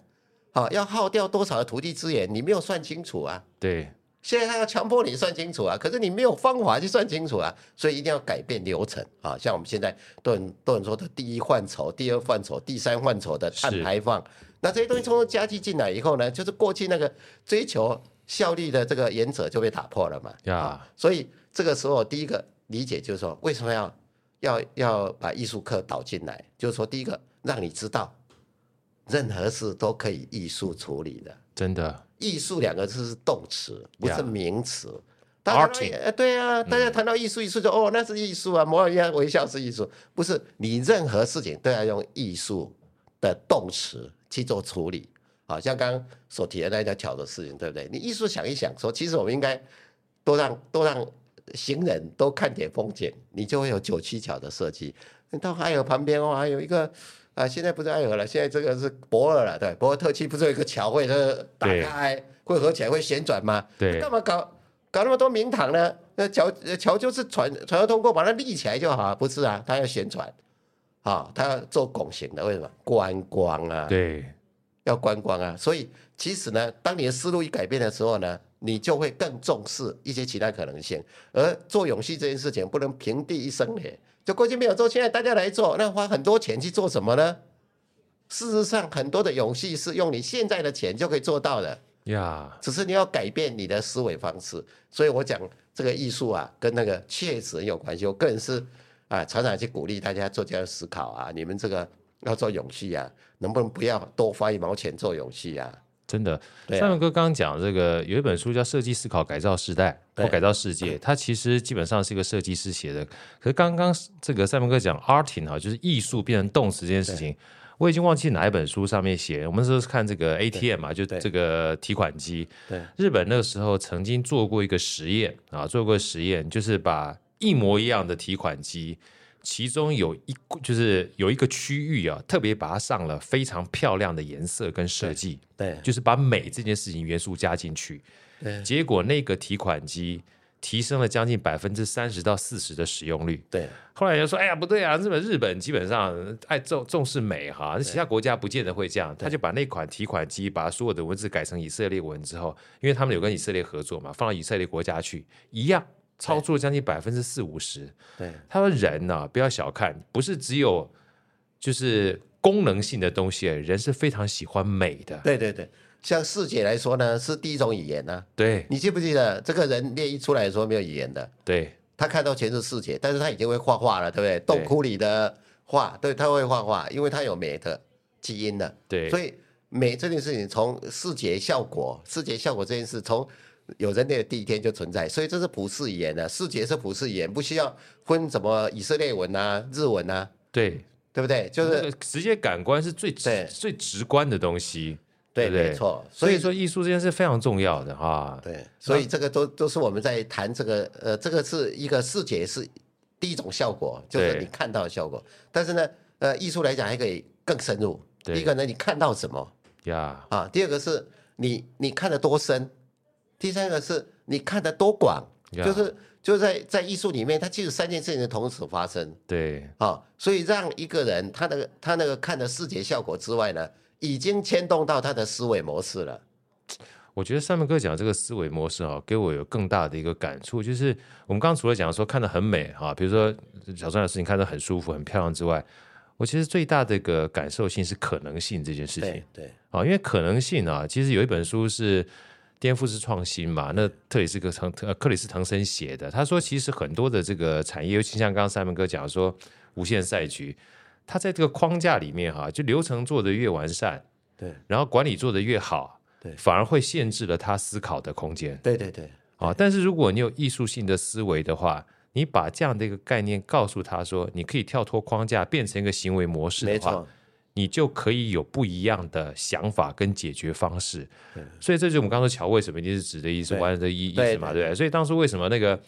Speaker 3: 好、要耗掉多少的土地资源，你没有算清楚啊。
Speaker 1: 对
Speaker 3: 现在他要强迫你算清楚啊，可是你没有方法去算清楚啊，所以一定要改变流程啊。像我们现在都很都很说的第一范畴、第二范畴、第三范畴的碳
Speaker 1: 是
Speaker 3: 排放，那这些东西通通加进进来以后呢，就是过去那个追求效率的这个原则就被打破了嘛。
Speaker 1: 呀
Speaker 3: 啊，所以这个时候第一个理解就是说，为什么要要要把艺术课导进来？就是说，第一个让你知道，任何事都可以艺术处理的。
Speaker 1: 真的
Speaker 3: 艺术两个字是动词，不
Speaker 1: Yeah
Speaker 3: 是名词。大家
Speaker 1: Arting
Speaker 3: 呃对啊，大家谈到艺术，艺术就哦，那是艺术啊，摩尔亚微笑是艺术，不是你任何事情都要用艺术的动词去做处理。好像刚刚所提的那条桥的事情，对不对？你艺术想一想说，其实我们应该多让多让行人都看点风景，你就会有九七桥的设计。你到海尔旁边哦，还有一个啊，现在不是爱尔了，现在这个是博尔了，对，博尔特区不是有一个桥会的打
Speaker 1: 对
Speaker 3: 开，会合起来会旋转吗？
Speaker 1: 对
Speaker 3: 干嘛搞搞那么多名堂呢？那桥呃桥就是船船要通过，把它立起来就好啊，不是啊？它要旋转，啊、它要做拱形的，为什么？观光啊，
Speaker 1: 对
Speaker 3: 要观光啊。所以其实呢，当你的思路一改变的时候呢，你就会更重视一些其他可能性。而做永续这件事情不能平地一声雷，就过去没有做，现在大家来做，那花很多钱去做什么呢？事实上，很多的永续是用你现在的钱就可以做到的。
Speaker 1: 呀
Speaker 3: 只是你要改变你的思维方式。所以我讲这个艺术啊，跟那个确实很有关系。我个人是啊，常常去鼓励大家做这样的思考啊，你们这个要做永续啊，能不能不要多花一毛钱做永续啊？
Speaker 1: 真的。
Speaker 3: 对啊
Speaker 1: 三文哥刚刚讲这个有一本书叫《设计思考改造时代》
Speaker 3: 对
Speaker 1: 或改造世界，它其实基本上是一个设计师写的。可是刚刚这个三文哥讲 arting 哈，就是艺术变成动词这件事情。我已经忘记哪一本书上面写，我们那时候是看这个 ATM 啊嘛，就
Speaker 3: 对
Speaker 1: 这个提款机。
Speaker 3: 对，
Speaker 1: 日本那个时候曾经做过一个实验啊，做过实验，就是把一模一样的提款机，其中有一就是有一个区域啊，特别把它上了非常漂亮的颜色跟设计，
Speaker 3: 对
Speaker 1: 就是把美这件事情元素加进去。
Speaker 3: 对
Speaker 1: 结果那个提款机提升了将近百分之三十到四十的使用率。
Speaker 3: 对
Speaker 1: 后来人说：“哎呀，不对啊，日本日本基本上爱重重视美哈，那其他国家不见得会这样。”他就把那款提款机把所有的文字改成以色列文之后，因为他们有跟以色列合作嘛，放到以色列国家去，一样超出了将近百分之四五十。
Speaker 3: 对
Speaker 1: 他说：“人呐、不要小看，不是只有就是功能性的东西，人是非常喜欢美的。
Speaker 3: 对对对，像视觉来说呢，是第一种语言呢、
Speaker 1: 对
Speaker 3: 你记不记得这个人列一出来的时候没有语言的？
Speaker 1: 对
Speaker 3: 他看到全是视觉，但是他已经会画画了，对不对？洞窟里的画，对，他会画画，因为他有美的基因的。
Speaker 1: 对，
Speaker 3: 所以美这件事情，从视觉效果、视觉效果这件事，从有人类的第一天就存在，所以这是普世语言的、视觉是普世语言，不需要分什么以色列文啊、日文啊，
Speaker 1: 对，
Speaker 3: 对不对？就
Speaker 1: 那
Speaker 3: 是
Speaker 1: 个直接感官是最直
Speaker 3: 对
Speaker 1: 最直观的东西。对
Speaker 3: 对，
Speaker 1: 不对
Speaker 3: 没错。
Speaker 1: 所
Speaker 3: 所
Speaker 1: 以
Speaker 3: 以
Speaker 1: 说，艺术这件事非常重要的哈。
Speaker 3: 对，所以这个都都是我们在谈这个，呃，这个是一个视觉是第一种效果，就是
Speaker 1: 对
Speaker 3: 你看到的效果。但是呢，呃，艺术来讲还可以更深入。
Speaker 1: 对
Speaker 3: 第一个呢，你看到什么？
Speaker 1: 呀，
Speaker 3: 啊，第二个是你你看得多深，第三个是你看得多广
Speaker 1: Yeah.
Speaker 3: 就是就是在在艺术里面，它其实三件事情同时发生
Speaker 1: 对
Speaker 3: 啊，所以让一个人他那个他那个看的视觉效果之外呢，已经牵动到他的思维模式了。
Speaker 1: 我觉得上面哥讲这个思维模式哈、给我有更大的一个感触，就是我们刚刚除了讲说看得很美哈、比如说小庄的事情看得很舒服、很漂亮之外，我其实最大的一个感受性是可能性这件事情
Speaker 3: 对。对，
Speaker 1: 啊，因为可能性啊，其实有一本书是颠覆式创新嘛，那特里斯克滕呃克里斯滕森写的，他说其实很多的这个产业，尤其像刚刚三门哥讲说无限赛局，它在这个框架里面哈、就流程做得越完善，
Speaker 3: 对，
Speaker 1: 然后管理做得越好，
Speaker 3: 对
Speaker 1: 反而会限制了他思考的空间。
Speaker 3: 对对对，
Speaker 1: 啊，但是如果你有艺术性的思维的话，你把这样的一个概念告诉他说，你可以跳脱框架，变成一个行为模式
Speaker 3: 没
Speaker 1: 的话
Speaker 3: 错，，
Speaker 1: 你就可以有不一样的想法跟解决方式。所以这就是我们刚刚说乔为什么一定是指的意思，
Speaker 3: 对
Speaker 1: 弯的意意
Speaker 3: 对
Speaker 1: 思嘛，
Speaker 3: 对
Speaker 1: 对不对？所以当初为什么那个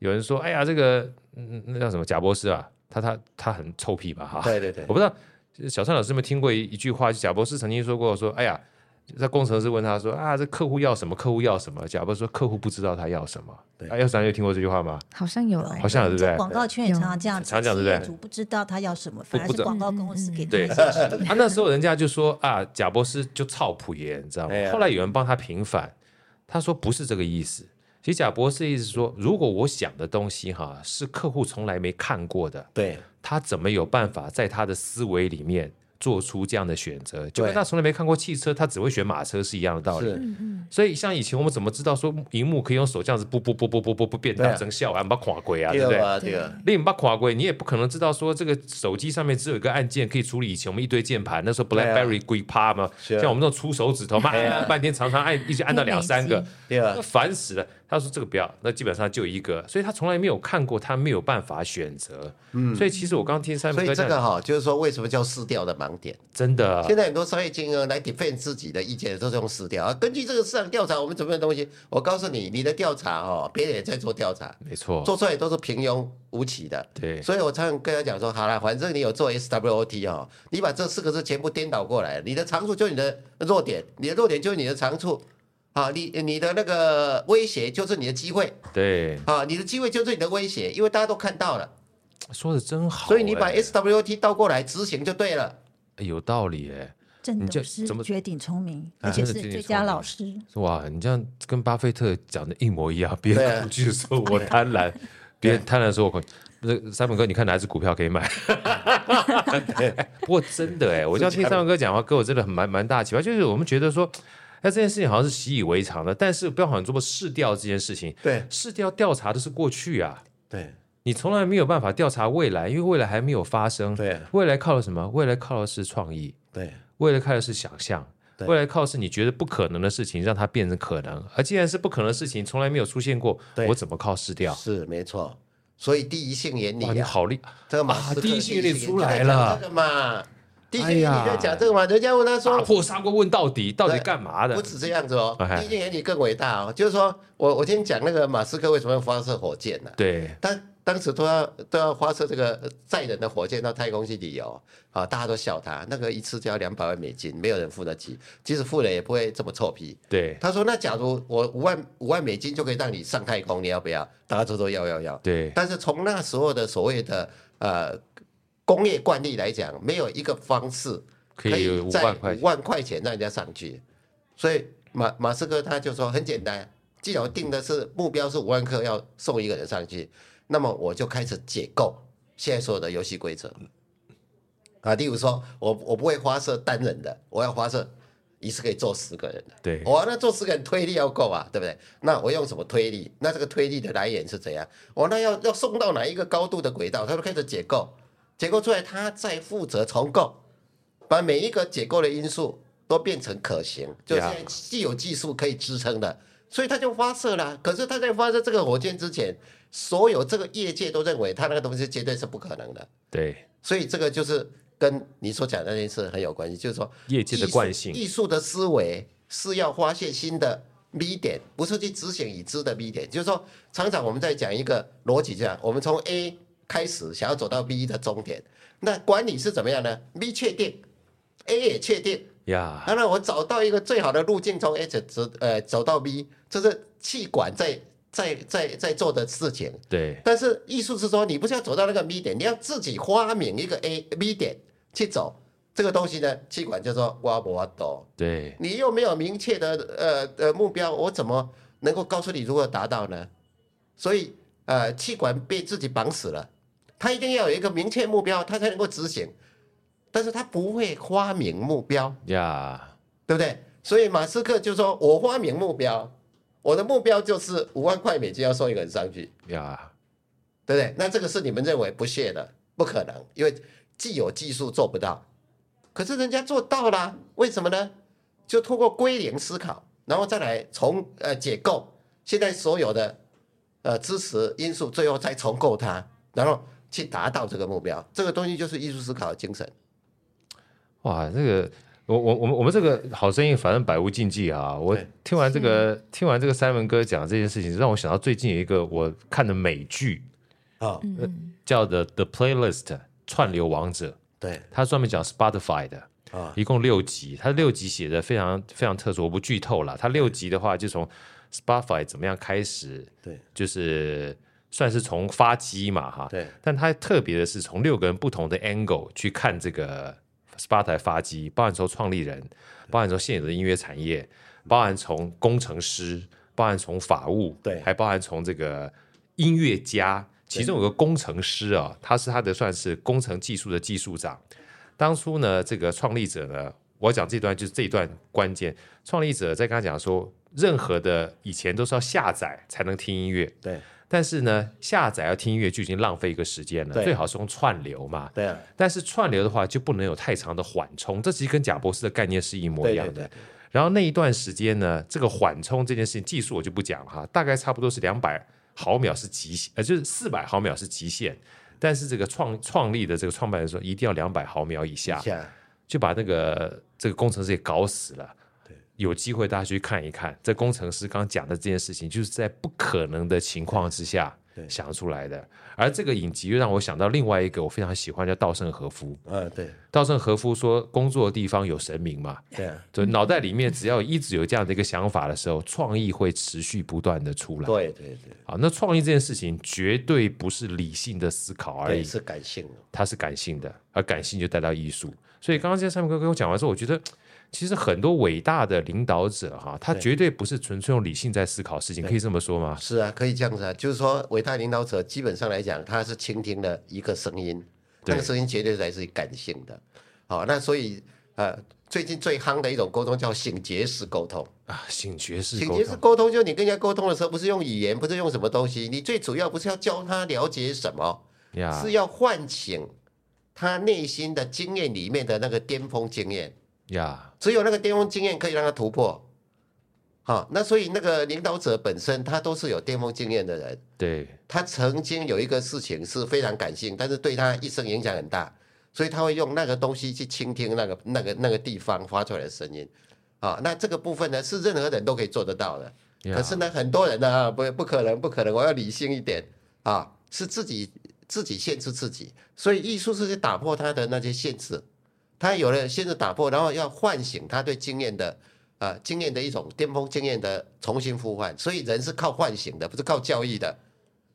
Speaker 1: 有人说，哎呀，这个嗯那叫什么贾博士啊，他他他很臭屁吧哈？
Speaker 3: 对对对
Speaker 1: 我，啊不知道小灿老师有没有听过一一句话，就贾博士曾经说过说，哎呀，在工程师问他说啊，这客户要什么？客户要什么？贾博士说客户不知道他要什么。
Speaker 3: 对
Speaker 1: 哎，要三有听过这句话吗？
Speaker 2: 好像有
Speaker 1: 哦
Speaker 2: 哎
Speaker 1: 好像有对不对？
Speaker 4: 广告圈也常常这样，
Speaker 1: 常常这样对不对
Speaker 4: 企业主不知道他要什么，反而
Speaker 1: 不
Speaker 4: 是
Speaker 1: 知道嗯
Speaker 4: 广告公司给他
Speaker 1: 对
Speaker 4: 们解 释
Speaker 1: 啊，那时候人家就说啊，贾博士就操普爷，你知道吗
Speaker 3: 哎？呀
Speaker 1: 后来有人帮他平反，他说不是这个意思。其实贾博士的意思是说，如果我想的东西哈是客户从来没看过的，
Speaker 3: 对
Speaker 1: 他怎么有办法在他的思维里面做出这样的选择？就跟他从来没看过汽车，他只会选马车是一样的道理。
Speaker 3: 是，
Speaker 1: 所以像以前我们怎么知道说荧幕可以用手这样子不不不不不不不变
Speaker 3: 对
Speaker 1: 大
Speaker 3: 啊
Speaker 1: 成效啊，把垮鬼啊，对不
Speaker 3: 第
Speaker 1: 对
Speaker 3: 二？啊第二，
Speaker 1: 你把垮过，你也不可能知道说这个手机上面只有一个按键可以处理以前我们一堆键盘，那时候
Speaker 3: 对啊
Speaker 1: BlackBerry 龟趴嘛，
Speaker 3: 是啊
Speaker 1: 像我们这种粗手指头嘛，按按半天常常按一直按到两三
Speaker 2: 可以
Speaker 1: 个
Speaker 2: 累积，
Speaker 3: 第
Speaker 1: 那
Speaker 3: 二，
Speaker 1: 烦死了。他说这个不要，那基本上就一个，所以他从来没有看过，他没有办法选择。嗯，所以其实我刚刚听三
Speaker 3: 所
Speaker 1: 明哥
Speaker 3: 以这
Speaker 1: 讲，
Speaker 3: 个哈，就是说为什么叫失掉的盲点？
Speaker 1: 真的啊
Speaker 3: 现在很多商业精英来 defend 自己的意见都是用死调啊。根据这个市场调查，我们准备的东西，我告诉你，你的调查哦，别人也在做调查，
Speaker 1: 没错，
Speaker 3: 做出来都是平庸无奇的。
Speaker 1: 对
Speaker 3: 所以我常常跟他讲说，好了，反正你有做 SWOT 哦，你把这四个字全部颠倒过来，你的长处就是你的弱点，你的弱点就是你的长处。啊，你你的那个威胁就是你的机会
Speaker 1: 对，
Speaker 3: 啊，你的机会就是你的威胁，因为大家都看到了，
Speaker 1: 说的真好哎。
Speaker 3: 所以你把 SWOT 倒过来执行就对了。
Speaker 1: 哎有道理哎，
Speaker 4: 郑
Speaker 1: 你这
Speaker 4: 董事
Speaker 1: 怎么
Speaker 4: 绝顶聪明，
Speaker 1: 啊
Speaker 4: 而且是
Speaker 1: 真的绝顶
Speaker 4: 最
Speaker 1: 聪
Speaker 4: 佳
Speaker 1: 明
Speaker 4: 老师。
Speaker 1: 哇，你这样跟巴菲特讲的一模一样，别
Speaker 3: 对啊
Speaker 1: 人恐惧的时候我贪婪， 别人贪婪的时候我恐。那三本哥，你看哪只股票可以买？ 不过真的哎，我这样听三本哥讲话，给我真的很蛮蛮大启发。就是我们觉得说，哎，这件事情好像是习以为常的，但是不要好像这么试调这件事情，
Speaker 3: 对
Speaker 1: 试调调查的是过去啊，
Speaker 3: 对
Speaker 1: 你从来没有办法调查未来，因为未来还没有发生。
Speaker 3: 对啊
Speaker 1: 未来靠了什么？未来靠的是创意。
Speaker 3: 对
Speaker 1: 未来靠的是想象，
Speaker 3: 对
Speaker 1: 未来靠的是你觉得不可能的事情，让它变成可能。而既然是不可能的事情，从来没有出现过
Speaker 3: 对，
Speaker 1: 我怎么靠试掉？
Speaker 3: 是没错，所以第一性原
Speaker 1: 哇，
Speaker 3: 理
Speaker 1: 你
Speaker 3: 啊，
Speaker 1: 好厉害！
Speaker 3: 这个马斯克
Speaker 1: 啊第一性原理出来了
Speaker 3: 就在讲这个嘛，第一性原理在讲这个嘛，人家问他
Speaker 1: 打
Speaker 3: 说
Speaker 1: 破砂锅问到底，到底
Speaker 3: 对
Speaker 1: 干嘛的
Speaker 3: 不？止这样子哦，
Speaker 1: 哎
Speaker 3: 第一性原理更伟大哦，就是说我我先讲那个马斯克为什么要发射火箭呢、
Speaker 1: 对，
Speaker 3: 当当时都要都要发射这个呃载人的火箭到太空去旅游啊，大家都笑他，那个一次就要两百万美金，没有人付得起，即使付了也不会这么臭屁。
Speaker 1: 对，
Speaker 3: 他说：“那假如我五万五万美金就可以让你上太空，你要不要？”大家都说要要要。
Speaker 1: 对，
Speaker 3: 但是从那时候的所谓的呃工业惯例来讲，没有一个方式
Speaker 1: 可以有五
Speaker 3: 在
Speaker 1: 万块
Speaker 3: 五
Speaker 1: 钱。
Speaker 3: 万块钱让人家上去。所以马马斯克他就说很简单，既然我定的是目标是五万克要送一个人上去，那么我就开始解构现在所有的游戏规则。啊，例如说我我不会发射单人的，我要发射一次可以做十个人的。
Speaker 1: 对，
Speaker 3: 我、哦那做十个人推力要够啊，对不对？那我用什么推力？那这个推力的来源是怎样？我、那要要送到哪一个高度的轨道？他就开始解构，解构出来，他再负责重构，把每一个解构的因素都变成可行，就是现在既有技术可以支撑的，所以他就发射了。啊可是他在发射这个火箭之前，所有这个业界都认为他那个东西绝对是不可能的，
Speaker 1: 对，
Speaker 3: 所以这个就是跟你所讲的那件事很有关系，就是说
Speaker 1: 业界的惯性，
Speaker 3: 艺术的思维是要发现新的 V 点，不是去执行已知的 V 点。就是说，常常我们在讲一个逻辑这样，我们从 A 开始想要走到 V 的终点，那管理是怎么样呢？V 确定，A 也确定，
Speaker 1: 呀，
Speaker 3: 当然我找到一个最好的路径，从 A 走直呃走到 B，这是气管在在在在做的事情。
Speaker 1: 对，
Speaker 3: 但是艺术是说，你不是要走到那个 M 点，你要自己发明一个 A M 点去走，这个东西呢，气管叫做挖不挖斗，
Speaker 1: 对，
Speaker 3: 你又没有明确的呃呃目标，我怎么能够告诉你如何达到呢？所以呃，气管被自己绑死了，他一定要有一个明确目标，他才能够执行，但是他不会发明目标，
Speaker 1: 呀，
Speaker 3: 对不对？所以马斯克就说：“我发明目标，我的目标就是五万块美金要送一个人上去，
Speaker 1: 呀，
Speaker 3: 对不对？”那这个是你们认为不屑的，不可能，因为既有技术做不到，可是人家做到了，为什么呢？就通过归零思考，然后再来重呃解构现在所有的呃支持因素，最后再重构它，然后去达到这个目标。这个东西就是艺术思考的精神。
Speaker 1: 哇，这个我我我们我们这个好声音反正百无禁忌啊！我
Speaker 3: 对
Speaker 1: 听完这个听完这个三文哥讲这件事情，让我想到最近有一个我看的美剧
Speaker 3: 哦，
Speaker 2: 嗯，
Speaker 1: 叫的《The Playlist》串流王者，
Speaker 3: 对
Speaker 1: 它专门讲 Spotify 的。
Speaker 3: 啊，
Speaker 1: 一共六集，它六集写的非常非常特殊，我不剧透了。它六集的话，就从 Spotify 怎么样开始，
Speaker 3: 对
Speaker 1: 就是算是从发机嘛，哈。
Speaker 3: 对
Speaker 1: 但它特别的是从六个人不同的 angle 去看这个 Spotify 发机，包含从创立人，包含从现有的音乐产业，包含从工程师，包含从法务，
Speaker 3: 对
Speaker 1: 还包含从这个音乐家。其中有个工程师啊，他是他的算是工程技术的技术长。当初呢，这个创立者呢，我讲这段就是这一段关键。创立者在跟他讲说，任何的以前都是要下载才能听音乐，
Speaker 3: 对
Speaker 1: 但是呢，下载要听音乐就已经浪费一个时间了，
Speaker 3: 对
Speaker 1: 最好是用串流嘛。
Speaker 3: 对啊，
Speaker 1: 但是串流的话就不能有太长的缓冲，这其实跟贾博士的概念是一模
Speaker 3: 对
Speaker 1: 一样
Speaker 3: 对
Speaker 1: 的。
Speaker 3: 对，
Speaker 1: 然后那一段时间呢，这个缓冲这件事情技术我就不讲了哈，大概差不多是两百毫秒是极限，呃，就是四百毫秒是极限。但是这个创创立的这个创办人说，一定要两百毫秒以下
Speaker 3: 一，下
Speaker 1: 就把那个这个工程师也搞死了。有机会大家去看一看，这工程师刚讲的这件事情，就是在不可能的情况之下
Speaker 3: 对
Speaker 1: 想出来的。而这个影集又让我想到另外一个我非常喜欢叫稻盛和夫。
Speaker 3: 嗯，对
Speaker 1: 稻盛和夫说，工作的地方有神明嘛，
Speaker 3: 对啊，
Speaker 1: 就脑袋里面只要一直有这样的一个想法的时候，创意会持续不断的出来。
Speaker 3: 对对对，
Speaker 1: 好，那创意这件事情绝对不是理性的思考而
Speaker 3: 对
Speaker 1: 已，
Speaker 3: 是感性的，
Speaker 1: 它是感性的，而感性就带到艺术。所以刚刚这三明哥跟我讲完之后，我觉得其实很多伟大的领导者哈，他
Speaker 3: 对
Speaker 1: 绝对不是纯粹用理性在思考事情，可以这么说吗？
Speaker 3: 是啊，可以这样子啊，就是说，伟大领导者基本上来讲，他是倾听了一个声音，
Speaker 1: 对
Speaker 3: 那个声音绝对来自于感性的。好、那所以呃，最近最夯的一种沟通叫醒觉式沟通。
Speaker 1: 啊，醒觉式
Speaker 3: 醒
Speaker 1: 沟
Speaker 3: 觉式
Speaker 1: 通，
Speaker 3: 沟通就是你跟人家沟通的时候，不是用语言，不是用什么东西，你最主要不是要教他了解什么，
Speaker 1: 呀
Speaker 3: 是要唤醒他内心的经验里面的那个巅峰经验。
Speaker 1: 呀，
Speaker 3: 只有那个巅峰经验可以让他突破。好、那所以那个领导者本身他都是有巅峰经验的人，
Speaker 1: 对
Speaker 3: 他曾经有一个事情是非常感性，但是对他一生影响很大，所以他会用那个东西去倾听那个那个那个地方发出来的声音。啊、那这个部分呢是任何人都可以做得到的，
Speaker 1: 呀，
Speaker 3: 可是呢很多人呢啊不不可能不可能，我要理性一点啊，是自己自己限制自己，所以艺术是去打破他的那些限制，他有了限制打破，然后要唤醒他对经验的呃经验的一种巅峰经验的重新呼唤，所以人是靠唤醒的，不是靠教育的，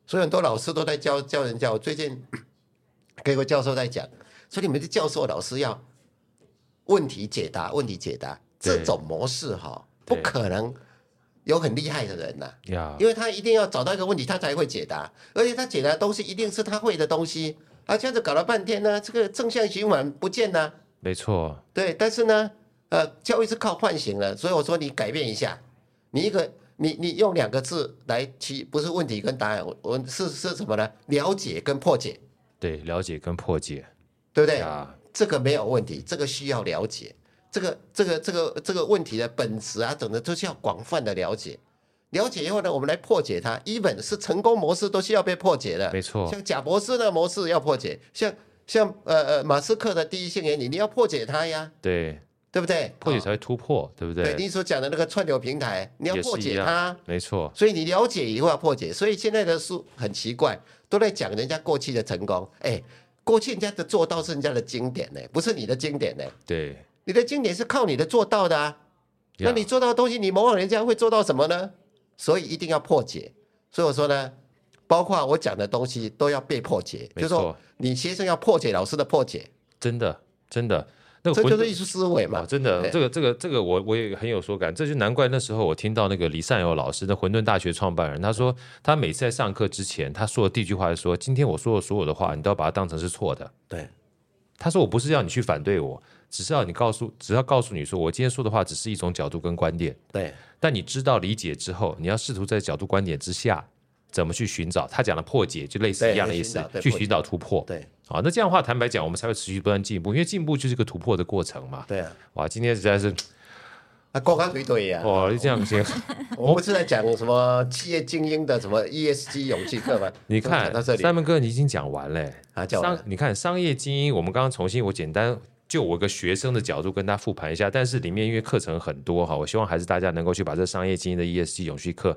Speaker 3: 所以很多老师都在教教人教，我最近 跟一个教授在讲，所以你们的教授老师要问题解答问题解答
Speaker 1: 对
Speaker 3: 这种模式哈、不
Speaker 1: 对啊
Speaker 3: 可能。有很厉害的人呐、
Speaker 1: 呀
Speaker 3: 因为他一定要找到一个问题，他才会解答，而且他解答的东西一定是他会的东西。啊，这样子搞了半天呢，这个正向循环不见了。
Speaker 1: 没错，
Speaker 3: 对，但是呢，呃，教育是靠唤醒了，所以我说你改变一下，你一个你你用两个字来提，不是问题跟答案，我我是是什么呢？了解跟破解，
Speaker 1: 对，了解跟破解，
Speaker 3: 对不对？
Speaker 1: 呀
Speaker 3: 这个没有问题，这个需要了解，这个这个这个这个问题的本质啊，等等，都需要广泛的了解。了解以后呢，我们来破解它。一本是成功模式都需要被破解的，
Speaker 1: 没错
Speaker 3: 像贾博士的模式要破解，像像呃呃马斯克的第一性原理，你要破解它呀，
Speaker 1: 对，
Speaker 3: 对不对？
Speaker 1: 破解
Speaker 3: 哦
Speaker 1: 才会突破，对不
Speaker 3: 对你所讲的那个串流平台，你要
Speaker 1: 也
Speaker 3: 破
Speaker 1: 是一
Speaker 3: 解
Speaker 1: 样
Speaker 3: 它。
Speaker 1: 没错，
Speaker 3: 所以你了解以后要破解。所以现在的书很奇怪，都在讲人家过去的成功。哎，过去人家的做到是人家的经典呢、不是你的经典呢、
Speaker 1: 对。
Speaker 3: 你的经典是靠你的做到的啊。
Speaker 1: 呀
Speaker 3: 那你做到的东西，你模仿人家会做到什么呢？所以一定要破解。所以我说呢，包括我讲的东西都要被破解，
Speaker 1: 没
Speaker 3: 就是
Speaker 1: 错
Speaker 3: 说你学生要破解老师的破解。
Speaker 1: 真的真的。那个
Speaker 3: 这就
Speaker 1: 馄
Speaker 3: 是
Speaker 1: 饨
Speaker 3: 艺术思维嘛
Speaker 1: 哦，。真的，
Speaker 3: 对
Speaker 1: 这个这个这个我我也很有所感，这就难怪那时候我听到那个李善友老师，那混沌大学创办人，他
Speaker 3: 嗯
Speaker 1: 说他每次在上课之前，他说的第一句话是说，今天我说的所有的话，你都要把它当成是错的。
Speaker 3: 对，
Speaker 1: 他说我不是要你去反对我，只是要你告诉，只要告诉你说，我今天说的话只是一种角度跟观点，
Speaker 3: 对，
Speaker 1: 但你知道理解之后，你要试图在角度观点之下。怎么去寻找？他讲的破解就类似
Speaker 3: 对
Speaker 1: 一样的
Speaker 3: 去
Speaker 1: 意
Speaker 3: 寻
Speaker 1: 思
Speaker 3: 找，对
Speaker 1: 去
Speaker 3: 破解
Speaker 1: 寻找突破。
Speaker 3: 对，
Speaker 1: 好，那这样的话，坦白讲，我们才会持续不断进步，因为进步就是一个突破的过程嘛。
Speaker 3: 对啊，
Speaker 1: 哇，今天实在是
Speaker 3: 啊，高高腿腿呀。
Speaker 1: 哦，就这样 行。
Speaker 3: 我不是在讲什么企业精英的什么 ESG 勇气课吗？
Speaker 1: 你
Speaker 3: 怎么
Speaker 1: 看
Speaker 3: 讲到这，里
Speaker 1: 三门哥你已经讲完嘞。
Speaker 3: 啊，叫
Speaker 1: 商
Speaker 3: 我，
Speaker 1: 你看商业精英，我们刚刚重新，我简单就我一个学生的角度跟他复盘一下，但是里面因为课程很多哈，我希望还是大家能够去把这商业精英的 ESG 永续课。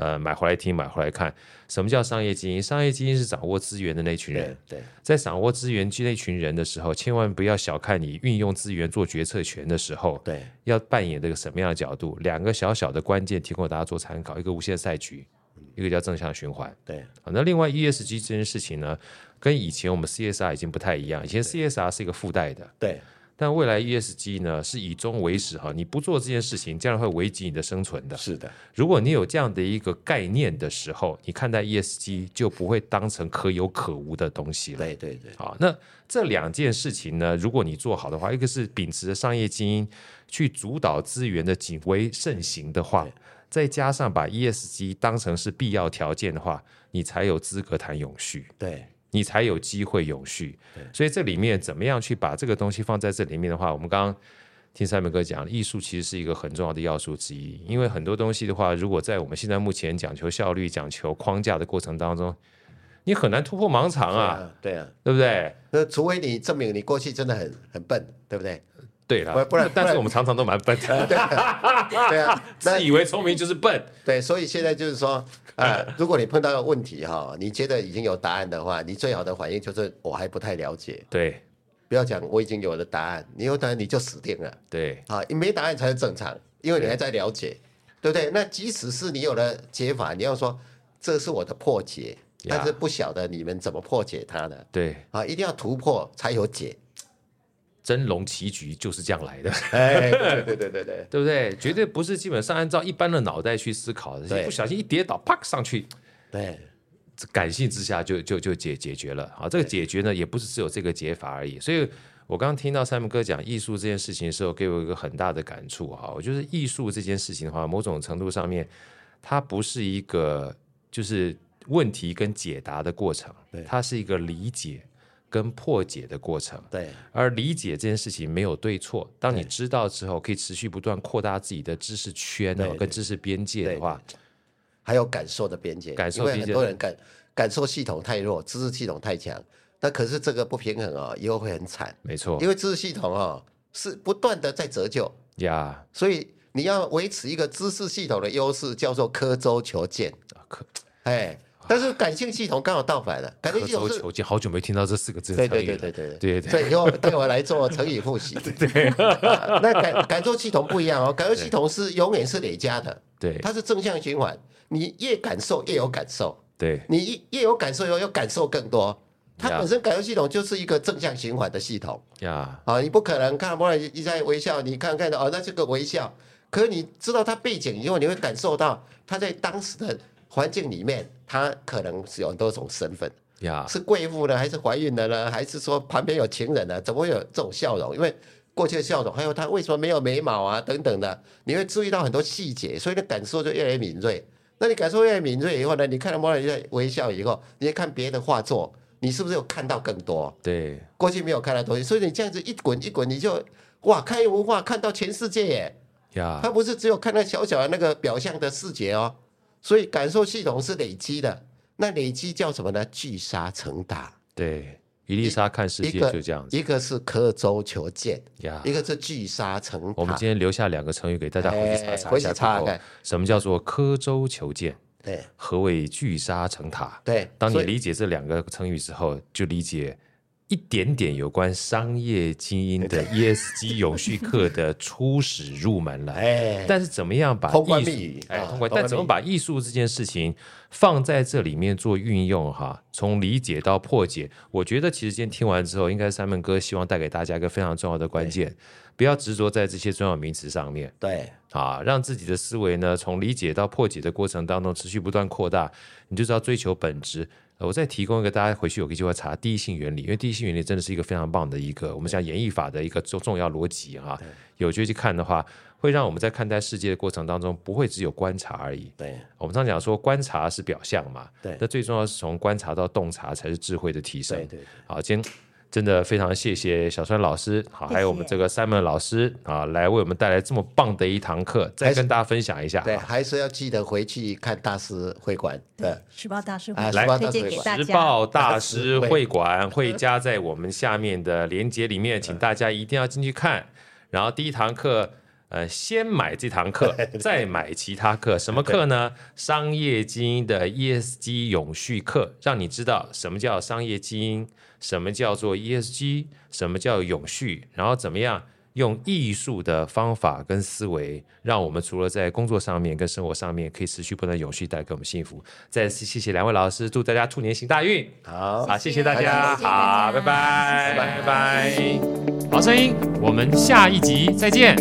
Speaker 1: 呃，买回来听，买回来看。什么叫商业精英？商业精英是掌握资源的那群人
Speaker 3: 对。对
Speaker 1: 在掌握资源那群人的时候，千万不要小看你运用资源做决策权的时候，
Speaker 3: 对
Speaker 1: 要扮演这个什么样的角度？两个小小的关键提供给大家做参考，一个无限赛局，一个叫正向循环。
Speaker 3: 对
Speaker 1: 好，啊那另外 ESG 这件事情呢，跟以前我们 CSR 已经不太一样，以前 CSR 是一个附带的，
Speaker 3: 对
Speaker 1: 但未来 ESG 呢是以终为始哈，你不做这件事情，将来会危及你的生存的。
Speaker 3: 是的，
Speaker 1: 如果你有这样的一个概念的时候，你看待 ESG 就不会当成可有可无的东西了。
Speaker 3: 对对对
Speaker 1: 好，那这两件事情呢，如果你做好的话，一个是秉持着商业精英去主导资源的谨为慎行的话
Speaker 3: 对，
Speaker 1: 再加上把 ESG 当成是必要条件的话，你才有资格谈永续。
Speaker 3: 对
Speaker 1: 你才有机会永续。所以这里面怎么样去把这个东西放在这里面的话，我们刚刚听三明哥讲，艺术其实是一个很重要的要素之一。因为很多东西的话，如果在我们现在目前讲求效率、讲求框架的过程当中，你很难突破盲肠啊，，
Speaker 3: 对啊，
Speaker 1: 对不对？
Speaker 3: 那除非你证明你过去真的很很笨，对不 对？
Speaker 1: 对啦，
Speaker 3: 不然不然呃
Speaker 1: 但是我们常常都蛮笨的，
Speaker 3: 对啊，
Speaker 1: 自
Speaker 3: 那
Speaker 1: 嗯以为聪明就是笨。
Speaker 3: 对，所以现在就 是说，呃，如果你碰到问题哈，你觉得已经有答案的话，你最好的反应就是我还不太了解，
Speaker 1: 对
Speaker 3: 不要讲我已经有了答案，你有答案你就死定了
Speaker 1: 对
Speaker 3: 啊！你没答案才是正常，因为你还在了解，对不对？那即使是你有了解法，你要说这是我的破解，
Speaker 1: 呀
Speaker 3: 但是不晓得你们怎么破解它的
Speaker 1: 对，
Speaker 3: 啊！一定要突破才有解。
Speaker 1: 真龙棋局就是这样来的。
Speaker 3: 哎，对对对对对。
Speaker 1: 对不对？绝对不是基本上按照一般的脑袋去思考的，
Speaker 3: 对
Speaker 1: 不小心一跌倒，啪上去，
Speaker 3: 对
Speaker 1: 感性之下就就就解解决了啊。这个解决呢，也不是只有这个解法而已。所以我刚刚听到 Simon 哥讲艺术这件事情的时候，给我一个很大的感触啊。我觉得艺术这件事情的话，某种程度上面，它不是一个就是问题跟解答的过程
Speaker 3: 对，
Speaker 1: 它是一个理解跟破解的过程。
Speaker 3: 对
Speaker 1: 而理解这件事情没有对错，当你
Speaker 3: 对
Speaker 1: 知道之后，可以持续不断扩大自己的知识圈哦
Speaker 3: 对，
Speaker 1: 跟知识边界的话，
Speaker 3: 还有感受的边界，
Speaker 1: 感受
Speaker 3: 因为
Speaker 1: 边
Speaker 3: 很
Speaker 1: 界
Speaker 3: 多人感感受系统太弱，知识系统太强，那可是这个不平衡哦，以后会很惨，
Speaker 1: 没错
Speaker 3: 因为知识系统哦是不断的在折旧，
Speaker 1: 呀，
Speaker 3: 所以你要维持一个知识系统的优势，叫做刻舟求剑，
Speaker 1: 刻
Speaker 3: 哎，但是感性系统刚好倒反了，感
Speaker 1: 刻
Speaker 3: 性系统
Speaker 1: 舟
Speaker 3: 是。
Speaker 1: 啊求剑，好久没听到这四个字的
Speaker 3: 对
Speaker 1: 成
Speaker 3: 对
Speaker 1: 语了
Speaker 3: 对对对
Speaker 1: 对对
Speaker 3: 所以以后对我来做成语 复习。对， 那感感受系统不一样哦，感受系统是永远是累加的，
Speaker 1: 对
Speaker 3: 它是正向循环，你越感受越有感受，
Speaker 1: 对
Speaker 3: 你一越有感受以后，要感受更多。它
Speaker 1: Yeah
Speaker 3: 本身感受系统就是一个正向循环的系统
Speaker 1: 呀，
Speaker 3: 啊，你不可能看，不然一再微笑，你看看哦，那这个微笑，可是你知道它背景以后，你会感受到它在当时的环境里面，它可能是有很多种身份，
Speaker 1: 呀，
Speaker 3: 是贵妇呢，还是怀孕的呢，还是说旁边有情人呢？怎么会有这种笑容？因为过去的笑容，还有她为什么没有眉毛啊等等的，你会注意到很多细节，所以你感受就越来越敏锐。那你感受越来越敏锐以后呢，你看到莫奈丽莎微笑以后，你也看别的画作，你是不是有看到更多
Speaker 1: 对
Speaker 3: 过去没有看到的东西？所以你这样子一滚一滚，你就哇开文化看到全世界耶！
Speaker 1: 呀
Speaker 3: 它不是只有看到小小的那个表象的视觉哦，所以感受系统是累积的。那累积叫什么呢？聚沙成塔。
Speaker 1: 对，一粒沙看世
Speaker 3: 一
Speaker 1: 界
Speaker 3: 个
Speaker 1: 就这样子
Speaker 3: 一个是刻舟求剑，
Speaker 1: 呀
Speaker 3: 一。个是聚沙成塔。
Speaker 1: 我们今天留下两个成语给大家回去查
Speaker 3: 哎
Speaker 1: 查
Speaker 3: 回
Speaker 1: 一
Speaker 3: 去
Speaker 1: 下，
Speaker 3: 查看，
Speaker 1: 什么叫做刻舟求剑，
Speaker 3: 对
Speaker 1: 何谓聚沙成塔？
Speaker 3: 对，
Speaker 1: 当你
Speaker 3: 所以
Speaker 1: 理解这两个成语之后，就理解一点点有关商业精英的 ESG 永续课的初始入门 了。
Speaker 3: 哎，
Speaker 1: 但是怎么样把
Speaker 3: 通关
Speaker 1: 艺术
Speaker 3: 密语
Speaker 1: 哎，
Speaker 3: 啊
Speaker 1: 通关，
Speaker 3: 通关
Speaker 1: 但怎么
Speaker 3: 密语
Speaker 1: 把艺术这件事情放在这里面做运用哈？从理解到破解，我觉得其实今天听完之后，应该三门哥希望带给大家一个非常重要的关键，不要执着在这些专有名词上面
Speaker 3: 对，
Speaker 1: 啊，让自己的思维呢从理解到破解的过程当中持续不断扩大，你就是要追求本质。呃我再提供一个大家回去有个机会查第一性原理，因为第一性原理真的是一个非常棒的一个我们讲演绎法的一个重重要逻辑哈、有机会去看的话，会让我们在看待世界的过程当中，不会只有观察而已。
Speaker 3: 对，
Speaker 1: 我们常讲说，观察是表象嘛，
Speaker 3: 对
Speaker 1: 那最重要是从观察到洞察才是智慧的提升。
Speaker 3: 对，对，
Speaker 1: 好，今天真的非常谢谢小川老师，好，
Speaker 4: 谢谢
Speaker 1: 还有我们这个 Simon 老师啊，来为我们带来这么棒的一堂课，再
Speaker 3: 还是
Speaker 1: 跟大家分享一下。
Speaker 3: 对，
Speaker 1: 啊
Speaker 3: 还是要记得回去看大师会馆的
Speaker 4: 时报大师
Speaker 3: 啊
Speaker 4: 会
Speaker 3: 时报
Speaker 4: 推
Speaker 3: 大师
Speaker 4: 荐
Speaker 3: 会
Speaker 4: 给
Speaker 3: 馆
Speaker 4: 大
Speaker 1: 时
Speaker 4: 家。
Speaker 1: 报大师
Speaker 3: 师会
Speaker 1: 会馆会加在我们下面的连接里面，请大家一定要进去看。然后第一堂课，呃，先买这堂课，再买其他课。什么课呢？商业精英的 ESG 永续课，让你知道什么叫商业精英，什么叫做 ESG，什么叫永续，然后怎么样。用艺术的方法跟思维，让我们除了在工作上面跟生活上面可以持续不断永续带给我们幸福。再次谢谢两位老师，祝大家兔年行大运！
Speaker 3: 好
Speaker 1: 好，谢谢大家，
Speaker 4: 谢谢大家
Speaker 1: 好，拜拜，
Speaker 4: 谢谢
Speaker 1: 拜拜。好声音，我们下一集再见。